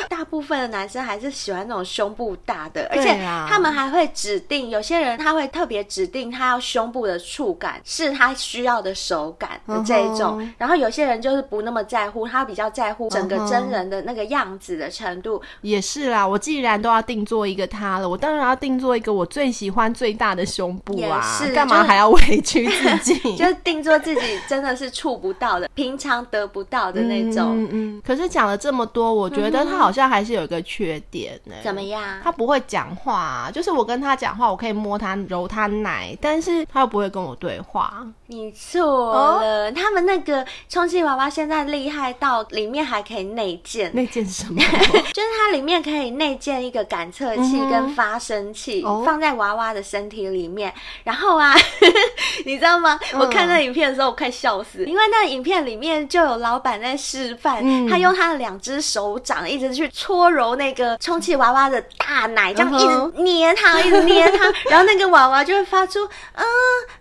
Speaker 3: 大部分的男生还是喜欢那种胸部大的，而
Speaker 2: 对
Speaker 3: 且
Speaker 2: 啊
Speaker 3: 他们还会指定有些人他会特别指定他要胸部的触感是他需要的手感的这一种。
Speaker 2: 嗯哼
Speaker 3: 然后有些人就是不那么在乎，他比较在乎整个
Speaker 2: 嗯哼
Speaker 3: 真人的那个样子的程度。
Speaker 2: 也是啦，我既然都要定做一个他了，我当然要定做一个我最喜欢最大的胸部啊
Speaker 3: 也
Speaker 2: [laughs]
Speaker 3: 是，
Speaker 2: 干
Speaker 3: 就
Speaker 2: 嘛
Speaker 3: 是
Speaker 2: 还要委屈自己？ [laughs]
Speaker 3: 就是定做自己真的是触不到的，平常得不到的那种。
Speaker 2: 嗯嗯。可是讲了这么多，我觉得他好像还是有一个缺点呢、
Speaker 3: 怎么？样？
Speaker 2: 他不会讲话、啊就是我跟他讲话，我可以摸他、揉他奶，但是他又不会跟我对 [laughs] 话。
Speaker 3: 你错了，
Speaker 2: 哦
Speaker 3: 他们那个充气娃娃现在厉害到里面还可以内建，
Speaker 2: 那件什么？
Speaker 3: 就是它里面可以内建一个感测器
Speaker 2: 嗯哼
Speaker 3: 跟发声器，
Speaker 2: 哦
Speaker 3: 放在娃娃的身体里面。然后啊， [laughs] 你知道吗？
Speaker 2: 嗯
Speaker 3: 我看那影片的时候，我快笑死，因为那影片里面就有老板在示范，
Speaker 2: 嗯
Speaker 3: 他用他的两只手掌一直去搓揉那个充气娃娃的大奶，这样
Speaker 2: 嗯
Speaker 3: 一
Speaker 2: 哼
Speaker 3: 直捏它，一直捏
Speaker 2: [laughs]
Speaker 3: 它，然后那个娃娃就会发出嗯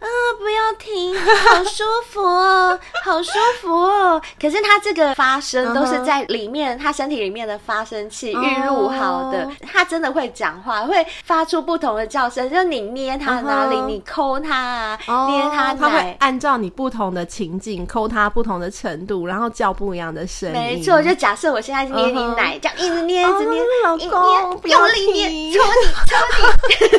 Speaker 3: 嗯，不要停，好舒
Speaker 2: [laughs]
Speaker 3: 服哦，好舒服哦。可是它这个发声都
Speaker 2: 嗯
Speaker 3: 是
Speaker 2: 哼
Speaker 3: 在里面，它身体里面的发声器预录好的
Speaker 2: 哦，
Speaker 3: 它真的会讲话，会发出不同的叫声。就是你捏它哪里，
Speaker 2: 嗯哼
Speaker 3: 你抠它啊，
Speaker 2: [laughs]
Speaker 3: 捏
Speaker 2: 哦
Speaker 3: 它
Speaker 2: 他会
Speaker 3: 奶。
Speaker 2: 按照你不同的情境抠他不同的程度，然后叫不一样的声音。
Speaker 3: 没错，就假设我现在捏你
Speaker 2: 嗯哼
Speaker 3: 奶，这样一直捏，一直捏，
Speaker 2: 哦老
Speaker 3: 一
Speaker 2: 公不
Speaker 3: 捏，用
Speaker 2: 要
Speaker 3: 力捏，
Speaker 2: 停
Speaker 3: 戳你， [laughs] 戳
Speaker 2: [laughs]
Speaker 3: 你，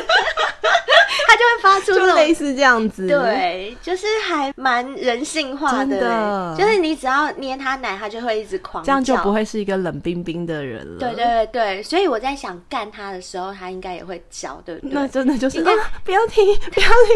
Speaker 3: 它就会发出
Speaker 2: 就
Speaker 3: 这种
Speaker 2: 类似这样子。，
Speaker 3: 对，就是还蛮人性化的
Speaker 2: 真的
Speaker 3: 欸，就是你只要捏他奶，他就会一直狂
Speaker 2: 这样就
Speaker 3: 叫
Speaker 2: 不。会是一个冷冰冰的人了。
Speaker 3: 对对。对对，所以我在想干他的时候，他应该也会叫，对不
Speaker 2: 那
Speaker 3: 对？
Speaker 2: 真的就是
Speaker 3: 应该
Speaker 2: 啊！不要停，不要停。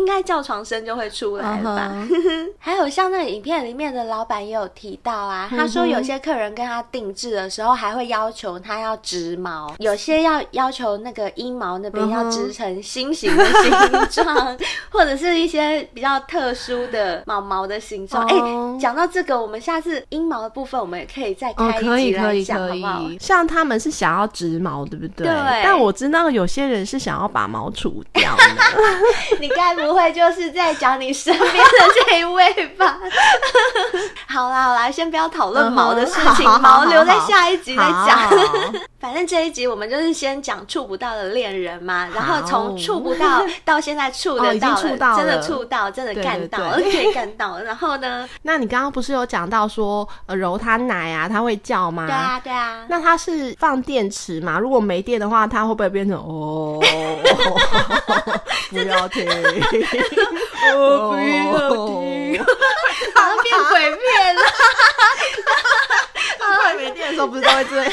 Speaker 3: 应该叫床声就会出 [laughs] 来了吧
Speaker 2: 嗯？
Speaker 3: 还有像那个影片里面的老板也有提到啊，他
Speaker 2: 嗯
Speaker 3: 说有些客人跟他定制的时候，还会要求他要植毛，有些要要求那个阴毛那边
Speaker 2: 嗯哼
Speaker 3: 要植成心形的形状， [laughs] 或者是一些比较特殊的毛毛的形状。哎、
Speaker 2: 哦
Speaker 3: 讲到这个，我们下次阴毛的部分，我们也可以再
Speaker 2: 哦
Speaker 3: 开，
Speaker 2: 可
Speaker 3: 一集
Speaker 2: 以可
Speaker 3: 来
Speaker 2: 以
Speaker 3: 讲，
Speaker 2: 可
Speaker 3: 好不好？
Speaker 2: 以。像他们是想要植毛，对不对？
Speaker 3: 对
Speaker 2: 但我知道有些人是想要把毛除掉
Speaker 3: [laughs]
Speaker 2: 的。
Speaker 3: 你该不会就是在讲你身边的这一位吧？ [laughs] 好啦好啦，先不要讨论毛的事情，
Speaker 2: 嗯哼好好
Speaker 3: 毛
Speaker 2: 好
Speaker 3: 留在下一集再讲
Speaker 2: 好。
Speaker 3: 反正这一集我们就是先讲触不到的恋人嘛，然后
Speaker 2: 好
Speaker 3: 从触不到到现在触得到
Speaker 2: 哦已经触到了
Speaker 3: 真的触到，真的干到了，
Speaker 2: 对对
Speaker 3: 可以干到了。然后呢，
Speaker 2: 那你刚刚不是有讲到说，呃，揉他奶啊，他会叫吗？
Speaker 3: 对啊对啊，
Speaker 2: 那它是放电池嘛？如果没电的话，它会不会变成
Speaker 3: [laughs]
Speaker 2: 哦？不要哦停， [laughs] 我
Speaker 3: 不要停，好像变鬼片了，
Speaker 2: 快没电的时候不是都会这样？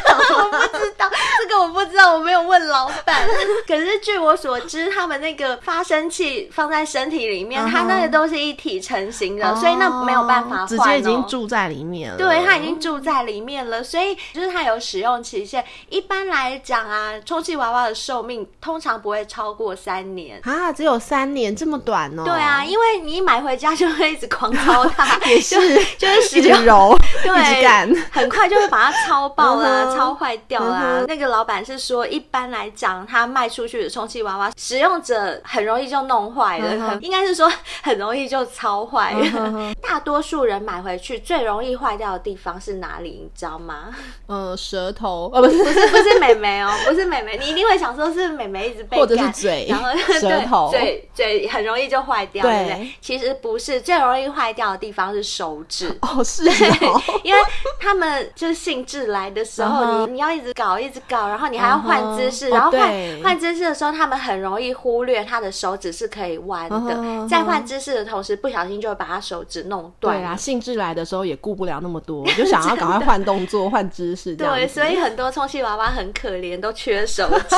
Speaker 3: 我不知道这个我不知道，我没有问老板。可是据我所知，他们那个发声器放在身体里面，
Speaker 2: 嗯哼
Speaker 3: 它那个都是一体成型的， [laughs] 所以那没有办法换、哦，
Speaker 2: 直接已经。住在里面了。
Speaker 3: 对，它已经住在里面了，所以就是它有使用期限。一般来讲啊，充气娃娃的寿命通常不会超过三年。
Speaker 2: 啊，只有三年，这么短哦。
Speaker 3: 对啊，，因为你一买回家就会一直狂 [laughs] 操它，
Speaker 2: [laughs] 也是
Speaker 3: 就 [laughs] 就是使
Speaker 2: 一直
Speaker 3: 用
Speaker 2: 揉，
Speaker 3: 对，
Speaker 2: 一直
Speaker 3: [laughs]
Speaker 2: 干。
Speaker 3: 很快就会把它操爆啦、
Speaker 2: 嗯哼
Speaker 3: 操坏掉啦、
Speaker 2: 嗯哼
Speaker 3: 那个老板是说，一般来讲，他卖出去的充气娃娃，使用者很容易就弄坏了，
Speaker 2: 嗯哼
Speaker 3: 很 [laughs] 应该是说很容易就操坏了。
Speaker 2: 嗯哼哼
Speaker 3: [laughs] 大多数人买回去最容易坏掉的地方是哪里？你知道吗？
Speaker 2: 嗯，舌头哦，不是，
Speaker 3: 不是不是美眉哦，不是美眉， [laughs] 你一定会想说是美眉一直被
Speaker 2: 或者是
Speaker 3: 干
Speaker 2: 嘴
Speaker 3: 然后
Speaker 2: 舌头
Speaker 3: [laughs] 对嘴嘴很容易就坏掉，对不对
Speaker 2: 对？
Speaker 3: 其实不是，最容易坏掉的地方是手指。 [laughs]
Speaker 2: 哦，是哦。
Speaker 3: 因为他们就是兴致来的时候，
Speaker 2: 嗯
Speaker 3: 你你要一直搞，一直搞，然后你还要换姿势，
Speaker 2: 嗯哼
Speaker 3: 然后
Speaker 2: 哦
Speaker 3: 换
Speaker 2: 对
Speaker 3: 换姿势的时候，他们很容易忽略他的手指是可以弯
Speaker 2: 嗯哼嗯
Speaker 3: 的，
Speaker 2: 哼
Speaker 3: 在换姿势的同时，不小心就会把他手指弄断
Speaker 2: 对
Speaker 3: 了
Speaker 2: 啊，。兴致来的时候也顾不了那么多，就想要赶快换动
Speaker 3: [laughs]
Speaker 2: 作、换姿势这样子。
Speaker 3: 对，所以很多充气娃娃很可怜，都缺手
Speaker 2: [laughs]
Speaker 3: 指。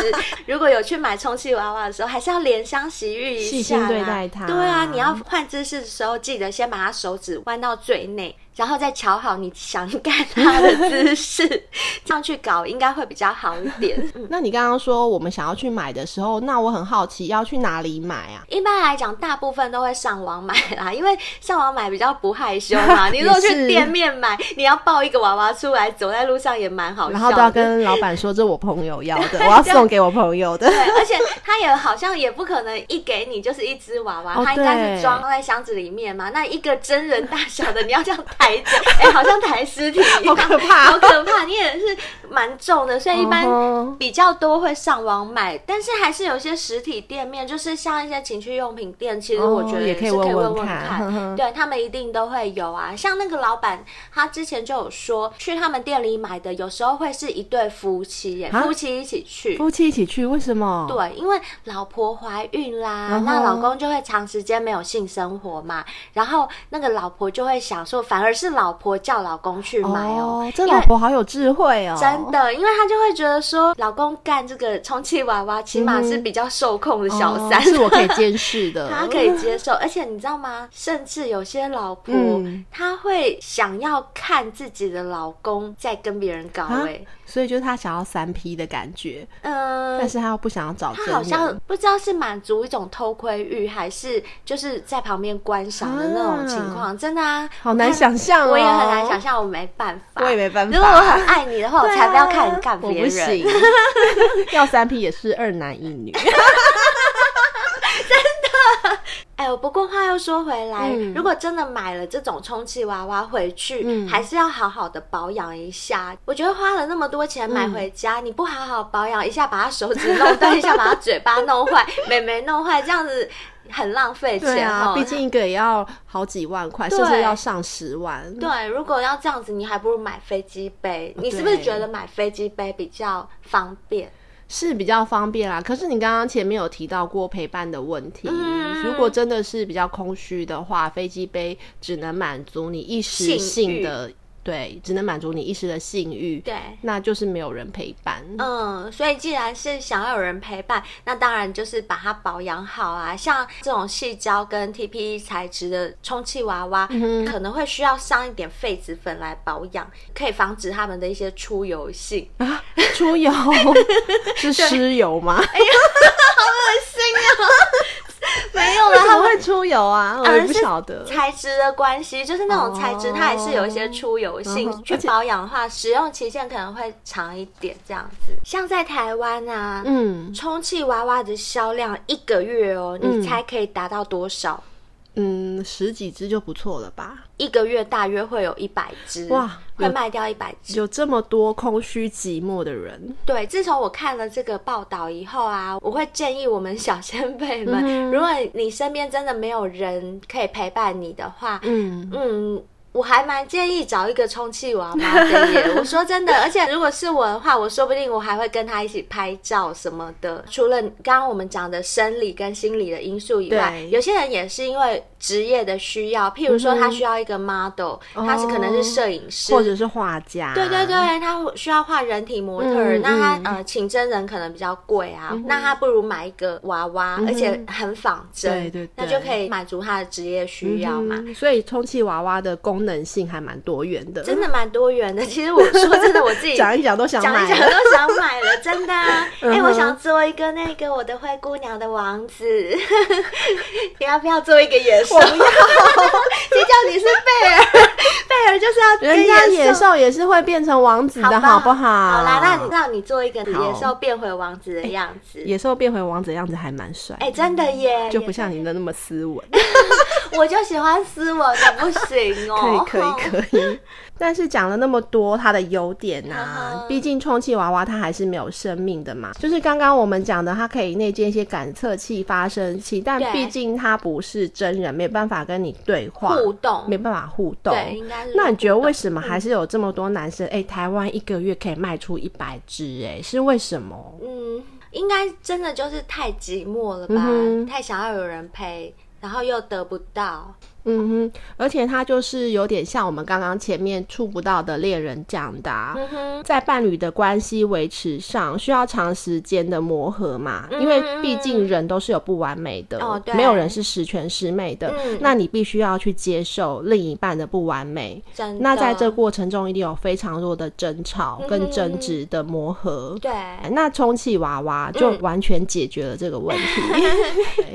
Speaker 3: 如果有去买充气娃娃的时候，还是要怜香惜玉一下啦，
Speaker 2: 细心对待它
Speaker 3: 对啊，你要换姿势的时候，记得先把它手指弯到最内，然后再瞧好你想干它的
Speaker 2: [laughs]
Speaker 3: 姿势，这样去搞应该会比较好一点。嗯
Speaker 2: 那你刚刚说我们想要去买的时候，那我很好奇要去哪里买啊？
Speaker 3: 一般来讲，大部分都会上网买啦，因为上网买比较不害羞
Speaker 2: [laughs]
Speaker 3: 嘛。你如果
Speaker 2: 也
Speaker 3: 去
Speaker 2: 是
Speaker 3: 店面买，你要抱一个娃娃出来，走在路上也蛮好笑的。
Speaker 2: 然后都要跟老板说，这我朋友要
Speaker 3: [laughs]
Speaker 2: 的，我要送给我朋友的。
Speaker 3: 对，而且他也好像也不可能一给你就是一只娃娃，
Speaker 2: 哦
Speaker 3: 他应该是装在箱子里面嘛，那一个真人大小的，你要这样抬着，哎、好像抬尸体一样，
Speaker 2: 好可怕
Speaker 3: 好可怕！你也是蛮重的， [laughs] 所以一般
Speaker 2: 嗯哼
Speaker 3: 比较多会上网买，但是还是有一些实体店面，就是像一些情趣用品店，其实
Speaker 2: 哦
Speaker 3: 我觉得
Speaker 2: 也可
Speaker 3: 是可
Speaker 2: 以
Speaker 3: 以
Speaker 2: 问
Speaker 3: 问
Speaker 2: 问看
Speaker 3: 看，
Speaker 2: 呵 [laughs] 呵
Speaker 3: 对他们一定都会有啊。像那个老板，他之前就有说，去他们店里买的，有时候会是一对夫妻耶，
Speaker 2: 啊
Speaker 3: 夫妻一起去，
Speaker 2: 夫妻一起去，为什么？
Speaker 3: 对，因为老婆怀孕啦，
Speaker 2: 哦然
Speaker 3: 那老
Speaker 2: 后
Speaker 3: 公就会长时间没有性生活嘛，然后那个老婆就会想说，反而是老婆叫老公去买哦，
Speaker 2: 这
Speaker 3: 因为
Speaker 2: 老婆好有智慧哦，
Speaker 3: 真。的，因为她就会觉得说，老公干这个充气娃娃，起码是比较受控的小三，
Speaker 2: 哦、是我可以监视的，
Speaker 3: [laughs] 他可以接受，而且你知道吗？甚至有些老婆，
Speaker 2: 嗯
Speaker 3: 她会想要看自己的老公在跟别人搞、
Speaker 2: 啊
Speaker 3: 欸，，
Speaker 2: 所以就是他想要三 P 的感觉，
Speaker 3: 嗯、
Speaker 2: 但是他又不想要找真
Speaker 3: 他
Speaker 2: 人，
Speaker 3: 好像不知道是满足一种偷窥欲，还是就是在旁边观赏的那种情况，真的啊，
Speaker 2: 好难想象哦
Speaker 3: 我也很难想象，我没办法，
Speaker 2: 我也没办法
Speaker 3: 如果我很爱
Speaker 2: [laughs]
Speaker 3: 你的话，我
Speaker 2: 对啊
Speaker 3: 才不要看你干别
Speaker 2: 我不
Speaker 3: 人
Speaker 2: 行。， [laughs] 要三 P 也是二男一
Speaker 3: [laughs]
Speaker 2: 女，
Speaker 3: 啊哎呦，不过话又说回来，
Speaker 2: 嗯
Speaker 3: 如果真的买了这种充气娃娃回去，
Speaker 2: 嗯
Speaker 3: 还是要好好的保养一下。我觉得花了那么多钱
Speaker 2: 嗯
Speaker 3: 买回家，你不好好保养一下，把它手指弄断，一下把它嘴巴弄坏， [laughs] 美眉弄坏，这样子很浪费
Speaker 2: 对
Speaker 3: 钱
Speaker 2: 啊，
Speaker 3: 哦。
Speaker 2: 毕竟一个也要好几万块，甚至
Speaker 3: 对
Speaker 2: 要上十万，
Speaker 3: 对，如果要这样子，你还不如买飞机杯。你是不是觉得买飞机杯比较方便？
Speaker 2: 是比较方便啦。可是你刚刚前面有提到过陪伴的问题，
Speaker 3: 嗯
Speaker 2: 如果真的是比较空虚的话，飞机杯只能满足你一时
Speaker 3: 性
Speaker 2: 性
Speaker 3: 欲
Speaker 2: 的，对，只能满足你一时的性欲，
Speaker 3: 对
Speaker 2: 那就是没有人陪伴。
Speaker 3: 嗯，所以既然是想要有人陪伴，那当然就是把它保养好啊。像这种细胶跟 TPE 材质的充气娃娃，
Speaker 2: 哼
Speaker 3: 可能会需要上一点痱子粉来保养，可以防止它们的一些出油性。
Speaker 2: 出游是湿游吗？
Speaker 3: [laughs] 哎没有 [laughs]
Speaker 2: 为
Speaker 3: 啦，
Speaker 2: 什
Speaker 3: 它
Speaker 2: 么
Speaker 3: 们呃
Speaker 2: 会出游啊？我也不晓得。
Speaker 3: 材质的关系，就是那种材质，
Speaker 2: 哦
Speaker 3: 它还是有一些出油性。
Speaker 2: 嗯哼
Speaker 3: 去保养的话，使用期限可能会长一点，这样子。像在台湾啊，
Speaker 2: 嗯
Speaker 3: 充气娃娃的销量一个月哦，
Speaker 2: 嗯
Speaker 3: 你猜可以达到多少？
Speaker 2: 嗯，十几只就不错了吧？
Speaker 3: 一个月大约会有一百只，
Speaker 2: 哇
Speaker 3: 会
Speaker 2: 有
Speaker 3: 卖掉一百只。
Speaker 2: 有这么多空虚寂寞的人，
Speaker 3: 对，自从我看了这个报道以后啊，我会建议我们小先辈们，
Speaker 2: 嗯哼
Speaker 3: 如果你身边真的没有人可以陪伴你的话，
Speaker 2: 嗯，
Speaker 3: 嗯，我还蛮建议找一个充气娃娃的耶。我说真的，而且如果是我的话，我说不定我还会跟他一起拍照什么的。除了刚刚我们讲的生理跟心理的因素以外
Speaker 2: 对，嗯
Speaker 3: 有些人也是因为职业的需要，譬如说他需要一个 model，、他是可能是摄影师。
Speaker 2: 哦或者是画家，
Speaker 3: 对对对，，他需要画人体模特儿，
Speaker 2: 嗯
Speaker 3: 那他、
Speaker 2: 嗯
Speaker 3: 呃请真人可能比较贵啊，那他不如买一个娃娃，而且很仿真，
Speaker 2: 嗯对对对
Speaker 3: 那就可以满足他的职业需要嘛。
Speaker 2: 嗯所以充气娃娃的功能性还蛮多元的，
Speaker 3: 真的蛮多元的。其实我说真的，我自己
Speaker 2: [laughs] 讲一讲都想
Speaker 3: 讲
Speaker 2: 买
Speaker 3: 一讲
Speaker 2: 了。
Speaker 3: 都想买了，真
Speaker 2: [laughs]
Speaker 3: 的、啊。哎、
Speaker 2: 嗯哼
Speaker 3: 我想做一个那个我的灰姑娘的王子， [laughs] 你要不要做一个野兽？我不要， [laughs] 谁叫你是贝
Speaker 2: [laughs]
Speaker 3: 尔？贝尔就是要跟
Speaker 2: 人家野
Speaker 3: 野兽。
Speaker 2: 兽也是会变成王子的，好
Speaker 3: 好
Speaker 2: 不好？
Speaker 3: 好啦，那你让你做一个野
Speaker 2: 好
Speaker 3: 兽变回王子的样子。
Speaker 2: 野兽变回王子的样子还蛮帅，
Speaker 3: 哎、真的耶，
Speaker 2: 就不像你的那么斯文。
Speaker 3: 我就喜欢斯文的，不行
Speaker 2: [laughs] 可以
Speaker 3: 哦。
Speaker 2: 可以可以。但是讲了那么多它的优点啊
Speaker 3: 嗯，哼
Speaker 2: 毕竟充气娃娃它还是没有生命的嘛。就是刚刚我们讲的，它可以内建一些感测器、发声器，但
Speaker 3: 对
Speaker 2: 毕竟它不是真人，没办法跟你对话
Speaker 3: 互动
Speaker 2: 没办法互动。
Speaker 3: 对，应该是。
Speaker 2: 那你觉得为什么还是有这么多男生？哎、台湾一个月可以卖出一百只，哎，是为什么？
Speaker 3: 嗯，应该真的就是太寂寞了吧，
Speaker 2: 嗯哼
Speaker 3: 太想要有人陪，然后又得不到。
Speaker 2: 嗯哼，而且它就是有点像我们刚刚前面触不到的恋人讲的、啊，
Speaker 3: 嗯哼，
Speaker 2: 在伴侣的关系维持上，需要长时间的磨合嘛，
Speaker 3: 嗯
Speaker 2: 因为毕竟人都是有不完美的，
Speaker 3: 哦对
Speaker 2: 没有人是十全十美的。
Speaker 3: 嗯
Speaker 2: 那你必须要去接受另一半的不完美。
Speaker 3: 真的。
Speaker 2: 那在这过程中，一定有非常多的争吵
Speaker 3: 嗯
Speaker 2: 跟争执的磨合。
Speaker 3: 对，
Speaker 2: 哎那充气娃
Speaker 3: 嗯
Speaker 2: 娃就完全解决了这个问题。
Speaker 3: [laughs]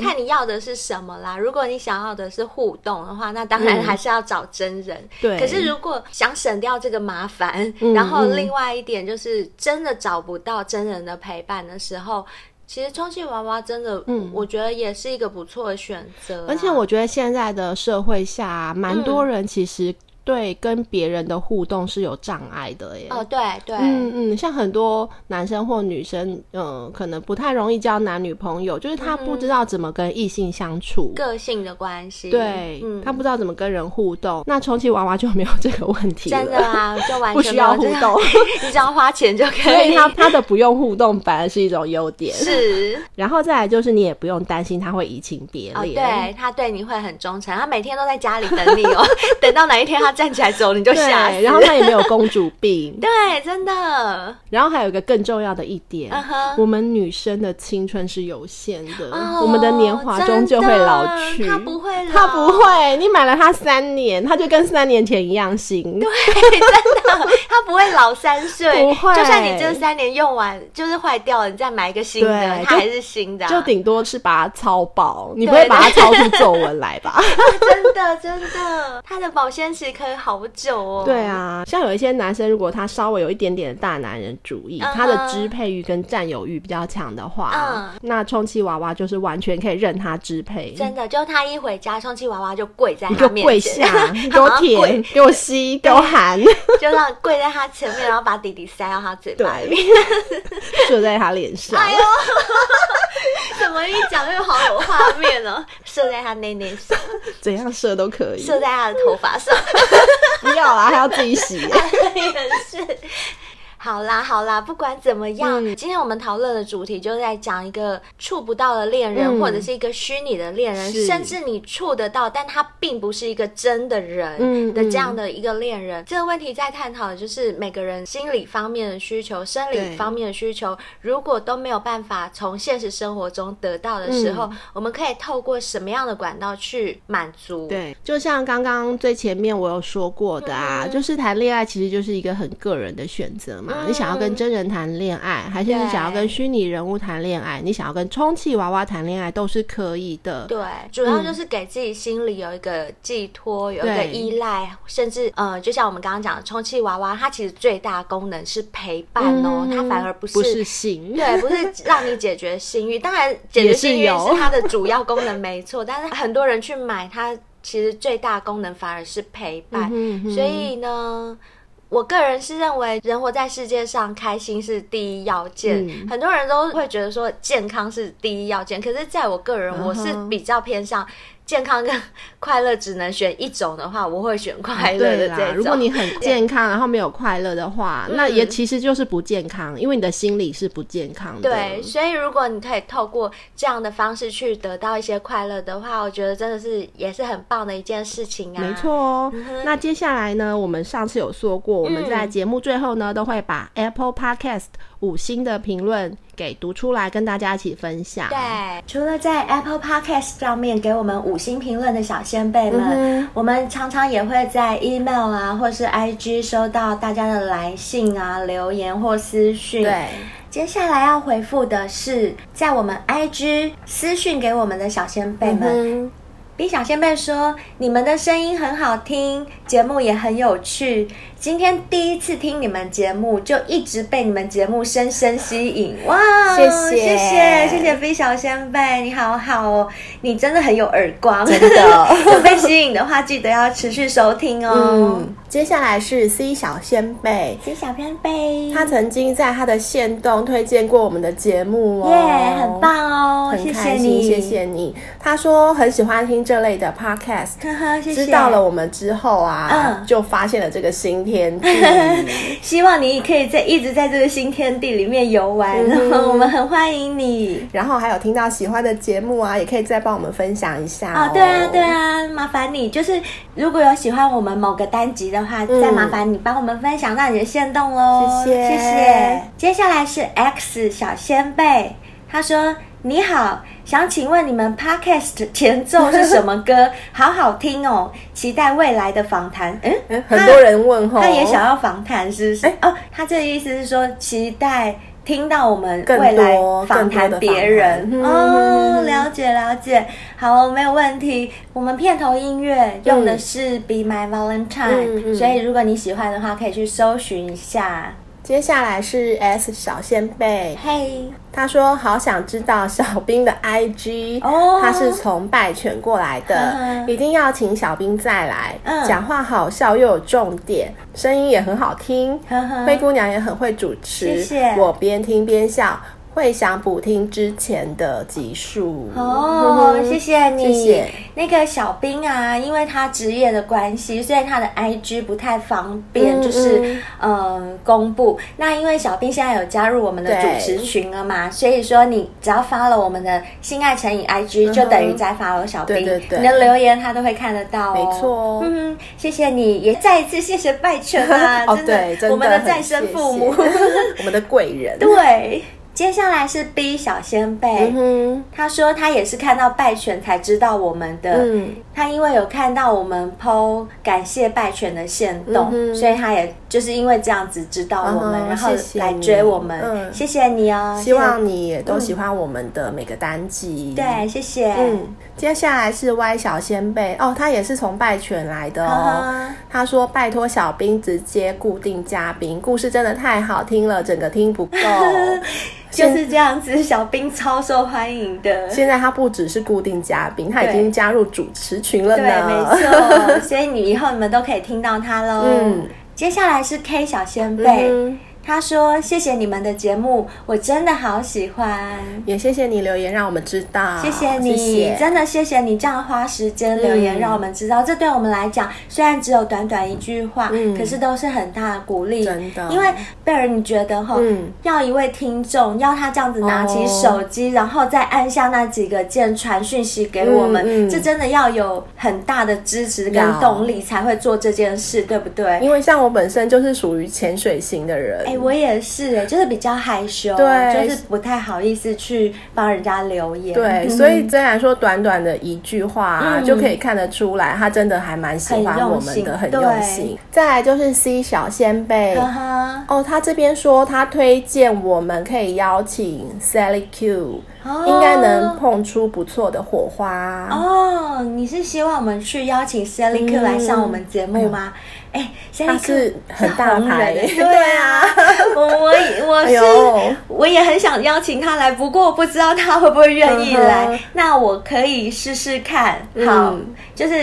Speaker 3: 看你要的是什么啦。如果你想要的是互动的话，那当然
Speaker 2: 嗯
Speaker 3: 还是要找真人。
Speaker 2: 对
Speaker 3: 可是如果想省掉这个麻烦，
Speaker 2: 嗯
Speaker 3: 然后
Speaker 2: 嗯
Speaker 3: 另外一点就是真的找不到真人的陪伴的时候。其实充气娃娃真的，
Speaker 2: 嗯
Speaker 3: 我觉得也是一个不错的选择啊、
Speaker 2: 而且我觉得现在的社会下啊、蛮多人其实对跟别人的互动是有障碍的耶。
Speaker 3: 哦，对对，
Speaker 2: 嗯嗯，像很多男生或女生，嗯，可能不太容易交男女朋友，就是他不
Speaker 3: 嗯
Speaker 2: 知道怎么跟异性相处，
Speaker 3: 个性的关系，
Speaker 2: 对、
Speaker 3: 嗯，
Speaker 2: 他不知道怎么跟人互动。那充气娃娃就没有这个问题了，
Speaker 3: 真的啊，就完全
Speaker 2: 不需要
Speaker 3: 没有这样
Speaker 2: 互
Speaker 3: [laughs] 你只要花钱就
Speaker 2: [laughs]
Speaker 3: 可
Speaker 2: 所以
Speaker 3: 以。
Speaker 2: 他他的不用互动反而是一种优点。
Speaker 3: 是
Speaker 2: 然后再来就是你也不用担心他会移情别
Speaker 3: 哦，
Speaker 2: 恋，
Speaker 3: 对他对你会很忠诚，他每天都在家里等你
Speaker 2: [laughs]
Speaker 3: 哦，等到哪一天他站起来走，你就
Speaker 2: 对
Speaker 3: 吓死。。
Speaker 2: 然后他也没有公主病
Speaker 3: [laughs] 对，真的，
Speaker 2: 然后还有一个更重要的一点
Speaker 3: 嗯 [laughs] 哼
Speaker 2: 我们女生的青春是有限的，
Speaker 3: 哦
Speaker 2: 我们的年华终究会老去。
Speaker 3: 真的他不会老，
Speaker 2: 他不会，你买了他三年，他就跟三年前一样新。对，
Speaker 3: 它不会老三岁，
Speaker 2: 不会
Speaker 3: 就算你这三年用完就是坏掉了，你再买一个新的，
Speaker 2: 对
Speaker 3: 它
Speaker 2: 就
Speaker 3: 还是新的啊、
Speaker 2: 就顶多是把它操爆，你不
Speaker 3: 对啊
Speaker 2: 会
Speaker 3: 对
Speaker 2: 把它操出皱纹来
Speaker 3: [laughs]
Speaker 2: 吧？
Speaker 3: [laughs] 真的真的，它的保鲜期可以好久哦。
Speaker 2: 对，啊，像有一些男生，如果他稍微有一点点的大男人主义
Speaker 3: 嗯哼
Speaker 2: 他的支配欲跟占有欲比较强的话
Speaker 3: 嗯
Speaker 2: 那充气娃娃就是完全可以任他支配。
Speaker 3: 真的，就他一回家，充气娃娃就跪在
Speaker 2: 你给
Speaker 3: 他
Speaker 2: 我
Speaker 3: 面
Speaker 2: 跪
Speaker 3: 前，
Speaker 2: 下，
Speaker 3: [laughs]
Speaker 2: 你啊给
Speaker 3: 他
Speaker 2: 我
Speaker 3: 马上
Speaker 2: 舔，
Speaker 3: 跪，
Speaker 2: 给我
Speaker 3: [laughs]
Speaker 2: 吸，给我含，
Speaker 3: 就让跪在他前面，然后把弟弟塞到他嘴巴里。
Speaker 2: 对，射在他脸上。
Speaker 3: 哎呦， [laughs] 怎么一讲又好有画面哦？射在他内内上，
Speaker 2: [laughs] 怎样射都可以，
Speaker 3: 射在他的头发上。
Speaker 2: [laughs] 不要啦，还要自己
Speaker 3: [laughs]
Speaker 2: 洗。
Speaker 3: 也是。好啦好啦，不管怎么样，
Speaker 2: 嗯
Speaker 3: 今天我们讨论的主题就是在讲一个触不到的恋人，
Speaker 2: 嗯
Speaker 3: 或者是一个虚拟的恋人，
Speaker 2: 是
Speaker 3: 甚至你触得到，但他并不是一个真的人
Speaker 2: 嗯
Speaker 3: 的这样的一个恋人。这个问题在探讨的就是每个人心理方面的需求、生理
Speaker 2: 对
Speaker 3: 方面的需求，如果都没有办法从现实生活中得到的时
Speaker 2: 嗯
Speaker 3: 候，我们可以透过什么样的管道去满足？
Speaker 2: 对，就像刚刚最前面我有说过的啊，
Speaker 3: 嗯
Speaker 2: 就是谈恋爱其实就是一个很个人的选择嘛。
Speaker 3: 嗯
Speaker 2: 你想要跟真人谈恋爱，还是你想要跟虚拟人物谈恋爱，你想要跟充气娃娃谈恋爱都是可以的。
Speaker 3: 对，
Speaker 2: 嗯
Speaker 3: 主要就是给自己心里有一个寄托，有一个
Speaker 2: 对
Speaker 3: 依赖，甚至呃，就像我们刚刚讲的充气娃娃，它其实最大的功能是陪伴哦，它反而不是。
Speaker 2: 嗯不是性，
Speaker 3: 对，不是让你解决
Speaker 2: [laughs]
Speaker 3: 性欲，当然解决
Speaker 2: 也是
Speaker 3: 性欲
Speaker 2: 有
Speaker 3: 是它的主要功能没错，但是很多人去买它，其实最大功能反而是陪伴。
Speaker 2: 嗯哼
Speaker 3: 所以呢，我个人是认为，人活在世界上，开心是第一要件。
Speaker 2: 嗯
Speaker 3: 很多人都会觉得说健康是第一要件，可是在我个
Speaker 2: 嗯
Speaker 3: 人，我是比较偏向健康跟 [laughs] 快乐只能选一种的话，我会选快乐
Speaker 2: 啊对
Speaker 3: 的这
Speaker 2: 啦
Speaker 3: 种。，嗯
Speaker 2: 如果你很健康，然后没有快乐的话，那也其实就是不健康，因为你的心理是不健康的。
Speaker 3: 对，所以如果你可以透过这样的方式去得到一些快乐的话，我觉得真的是也是很棒的一件事情啊。
Speaker 2: 没错哦。那接下来呢，我们上次有说过，我们在节目最后呢，都会把 Apple Podcast 五星的评论给读出来，跟大家一起分享。
Speaker 3: 对，除了在 Apple Podcast 上面给我们五星评论的小先辈们，
Speaker 2: 嗯
Speaker 3: 我们常常也会在 email 啊，或是 IG 收到大家的来信啊、留言或私讯。
Speaker 2: 对，
Speaker 3: 接下来要回复的是在我们 IG 私讯给我们的小先辈们。
Speaker 2: 嗯，
Speaker 3: B 小仙贝说：“你们的声音很好听，节目也很有趣。今天第一次听你们节目，就一直被你们节目深深吸引。哇，
Speaker 2: 谢谢
Speaker 3: 谢谢，谢谢 B 小仙贝，你好好哦，你真的很有耳光，真
Speaker 2: 的。
Speaker 3: [laughs] 有被吸引的话，记得要持续收听哦。
Speaker 4: 嗯，接下来是 C 小仙贝，
Speaker 3: C 小仙贝，
Speaker 4: 他曾经在他的线动推荐过我们的节目哦，
Speaker 3: 耶很。棒哦，谢
Speaker 4: 很
Speaker 3: 谢
Speaker 4: 开心，
Speaker 3: 你，
Speaker 4: 谢谢你。他说很喜欢听这类的 podcast，
Speaker 3: 呵呵，谢谢。
Speaker 4: 知道了，我们之后啊，
Speaker 3: 嗯
Speaker 4: 就发现了这个新天地。
Speaker 3: [laughs] 希望你可以在一直在这个新天地里面游玩，
Speaker 4: 嗯哼
Speaker 3: [laughs] 我们很欢迎你。
Speaker 4: 然后还有听到喜欢的节目啊，也可以再帮我们分享一下
Speaker 3: 哦，对啊，对，啊，麻烦你，就是如果有喜欢我们某个单集的话，再麻烦你帮我们分享到你的线动喽，
Speaker 4: 嗯谢谢
Speaker 3: 谢谢。接下来是 X 小仙贝，他说：“你好，想请问你们 Podcast 前奏是什么歌？好好听哦，期待未来的访谈。”嗯
Speaker 4: 嗯， [laughs] 很多人问候，
Speaker 3: 他也想要访谈，是不是？
Speaker 4: 哎
Speaker 3: 哦，他这个意思是说期待听到我们
Speaker 4: 更多
Speaker 3: 未来访谈别人
Speaker 4: 更多的访谈嗯
Speaker 3: 哦，了解了解，好，没有问题。我们片头音乐用的是《Be My Valentine
Speaker 4: 嗯》，嗯
Speaker 3: 所以如果你喜欢的话，可以去搜寻一下。
Speaker 2: 接下来是 S 小先贝，
Speaker 3: 嘿，
Speaker 2: 他说好想知道小
Speaker 3: [laughs]
Speaker 2: 兵的 IG，、
Speaker 3: 哦
Speaker 2: 他是从拜犬过来的
Speaker 3: 嗯，
Speaker 2: 一定要请小兵再来，
Speaker 3: 嗯
Speaker 2: 讲话好笑又有重点，声音也很好听
Speaker 3: 呵呵，
Speaker 2: 灰姑娘也很会主持，
Speaker 3: 嗯谢谢
Speaker 2: 我边听边笑，会想补听之前的集数。嗯
Speaker 3: 哦，谢谢你。
Speaker 2: 谢谢
Speaker 3: 那个小兵啊，因为他职业的关系，所以他的 IG 不太方便，
Speaker 2: 嗯
Speaker 3: 就是
Speaker 2: 嗯
Speaker 3: 嗯、公布。那因为小兵现在有加入我们的主
Speaker 2: 对
Speaker 3: 持群了
Speaker 2: 嗯
Speaker 3: 嘛，所以说你只要发了我们的性爱成瘾 IG，、就等于在发了小兵，
Speaker 2: 嗯对对对
Speaker 3: 你的留言他都会看得到、哦。
Speaker 2: 没错哦
Speaker 3: 嗯，谢谢你，也再一次谢谢拜犬啊
Speaker 2: [laughs] ，哦，对，真的
Speaker 3: 我们的
Speaker 2: 很
Speaker 3: 再生父母。
Speaker 2: 谢
Speaker 3: [laughs]
Speaker 2: 谢我们的贵人。
Speaker 3: 对，接下来是 B 小先辈。
Speaker 2: 嗯哼，
Speaker 3: 他说他也是看到拜犬才知道我们的，
Speaker 2: 嗯
Speaker 3: 他因为有看到我们 PO 感谢拜犬的线动，
Speaker 2: 嗯哼
Speaker 3: 所以他也就是因为这样子知道我们，
Speaker 2: 嗯哼
Speaker 3: 然后
Speaker 2: 谢谢
Speaker 3: 来
Speaker 2: 你
Speaker 3: 追我们。
Speaker 2: 嗯
Speaker 3: 谢谢你哦，
Speaker 2: 希望你也都喜欢我们的每个单集。
Speaker 3: 谢谢对，谢谢。
Speaker 2: 嗯，接下来是 Y 小先辈哦，他也是从拜犬来的哦。
Speaker 3: 啊
Speaker 2: 他说：“拜托小兵直接固定嘉宾，故事真的太好听了，整个听不
Speaker 3: [laughs]
Speaker 2: 够。
Speaker 3: 就是这样子，小兵超受欢迎的。
Speaker 2: 现在他不只是固定嘉宾，他已
Speaker 3: 对
Speaker 2: 经加入主持群了
Speaker 3: 对，没
Speaker 2: 呢。
Speaker 3: 错，所以你以后你们都可以听到他喽。
Speaker 2: 嗯
Speaker 3: 接下来是 K 小
Speaker 2: 嗯
Speaker 3: 先辈，
Speaker 2: 哼
Speaker 3: 他说：“谢谢你们的节目，我真的好喜欢。”
Speaker 2: 也谢谢你留言，让我们知道。
Speaker 3: 谢谢你，
Speaker 2: 谢谢
Speaker 3: 真的谢谢你这样花时间留言，
Speaker 2: 嗯
Speaker 3: 让我们知道，这对我们来讲虽然只有短短一句话，
Speaker 2: 嗯
Speaker 3: 可是都是很大的鼓励。
Speaker 2: 真的
Speaker 3: 因为贝尔，你觉得哈，
Speaker 2: 嗯哦
Speaker 3: 要一位听众要他这样子拿起手机，然后再按下那几个键传讯息给我们，
Speaker 2: 嗯嗯
Speaker 3: 这真的要有很大的支持跟
Speaker 2: 要
Speaker 3: 动力才会做这件事，对不对？
Speaker 2: 因为像我本身就是属于潜水型的人，
Speaker 3: 哎、我也是哎、就是比较害羞，
Speaker 2: 对
Speaker 3: 就是不太好意思去帮人家留言。
Speaker 2: 对，
Speaker 3: 嗯
Speaker 2: 所以虽然说短短的一句话、啊
Speaker 3: 嗯
Speaker 2: 就可以看得出来，他真的还蛮喜欢我们的，
Speaker 3: 很
Speaker 2: 很
Speaker 3: 用心
Speaker 2: 用心。再来就是 C 小先辈。
Speaker 3: 呵呵
Speaker 2: 哦，他这边说他推荐我们可以邀请 Sally Q，、
Speaker 3: 哦
Speaker 2: 应该能碰出不错的火花。
Speaker 3: 哦，你是希望我们去邀请 Sally Q
Speaker 2: 嗯
Speaker 3: 来上我们节目吗？哎、s a l l y
Speaker 2: 她
Speaker 3: Q
Speaker 2: 是很大
Speaker 3: 红
Speaker 2: 牌
Speaker 3: 人
Speaker 2: 耶
Speaker 3: 对啊， [laughs] 我我我
Speaker 2: 哎
Speaker 3: 是、
Speaker 2: 呦
Speaker 3: 我也很想邀请她来，不过我不知道她会不会愿意来。
Speaker 2: 嗯哼
Speaker 3: 那我可以试试看，好，就是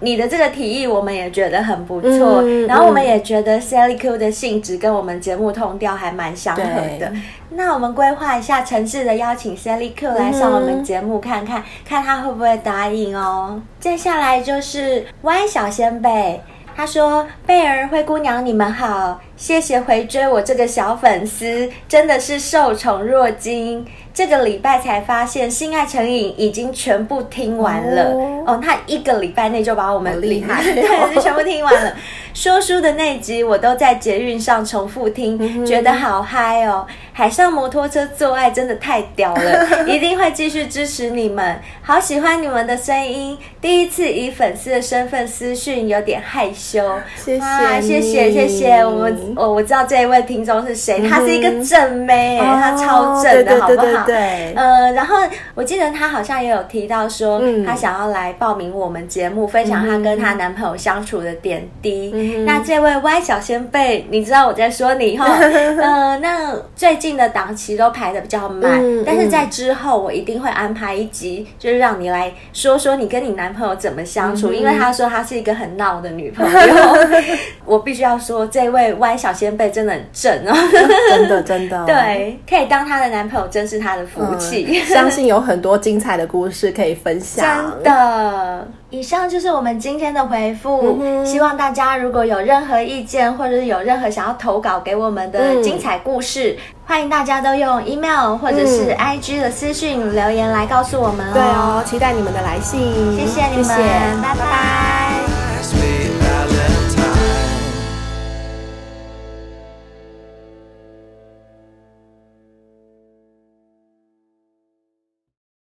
Speaker 3: 你的这个提议，我们也觉得很不错，
Speaker 2: 嗯
Speaker 3: 然后我们
Speaker 2: 嗯
Speaker 3: 也觉得 Sally Q 的性质跟我们节目同调还蛮相合的
Speaker 2: 对。
Speaker 3: 那我们规划一下城市的邀请 Sally Q
Speaker 2: 嗯
Speaker 3: 来上我们节目看看，看他会不会答应哦。接下来就是 Y 小先贝，他说：“贝儿、灰姑娘，你们好，谢谢回追我这个小粉丝，真的是受宠若惊。这个礼拜才发现《性爱成瘾》已经全部听完了哦
Speaker 2: 哦
Speaker 3: 他一个礼拜内就把我们
Speaker 2: 好厉害
Speaker 3: [laughs] 对，就全部听完了。
Speaker 2: [laughs]
Speaker 3: 说书的那集我都在捷运上重复听，
Speaker 2: 嗯
Speaker 3: 觉得好嗨哦！海上摩托车做爱真的太屌
Speaker 2: [laughs]
Speaker 3: 了，一定会继续支持你们。好喜欢你们的声音，第一次以粉丝的身份私讯，有点害羞。
Speaker 2: 谢谢
Speaker 3: 哇谢
Speaker 2: 你
Speaker 3: 谢谢谢，我们我我知道这一位听众是谁，她是一个正妹，
Speaker 2: 嗯哦
Speaker 3: 她超
Speaker 2: 对
Speaker 3: 正的，
Speaker 2: 对
Speaker 3: 好不好？
Speaker 2: 对对对
Speaker 3: 呃，然后我记得她好像也有提到说，
Speaker 2: 嗯
Speaker 3: 她想要来报名我们节目，分享她跟她男朋友相处的点滴。
Speaker 2: 嗯
Speaker 3: 那这位 Y 小先辈，你知道我在说你
Speaker 2: [laughs]
Speaker 3: 哈？呃，那最近的档期都排的比较满，
Speaker 2: 嗯
Speaker 3: 但是
Speaker 2: 嗯
Speaker 3: 在之后我一定会安排一集，就是让你来说说你跟你男朋友怎么相
Speaker 2: 嗯
Speaker 3: 处，因为她说她是一个很闹的女
Speaker 2: [laughs]
Speaker 3: 朋友。我必须要说，这位 Y 小先辈真的很正哦。
Speaker 2: 真的真的，
Speaker 3: [laughs] 对，可以当她的男朋友，真是她的福
Speaker 2: 嗯，
Speaker 3: 气。
Speaker 2: [laughs]
Speaker 3: [laughs]
Speaker 2: 相信有很多精彩的故事可以分享。
Speaker 3: 真的，嗯以上就是我们今天的回复。希望大家如果有任何意见，或者是有任何想要投稿给我们的
Speaker 2: 嗯
Speaker 3: 精彩故事，欢迎大家都用 email 或者是 IG 的私讯留言来告诉我们哦
Speaker 2: 对哦，期待你们的来信。
Speaker 3: 谢谢你们，
Speaker 2: 谢谢
Speaker 3: 拜拜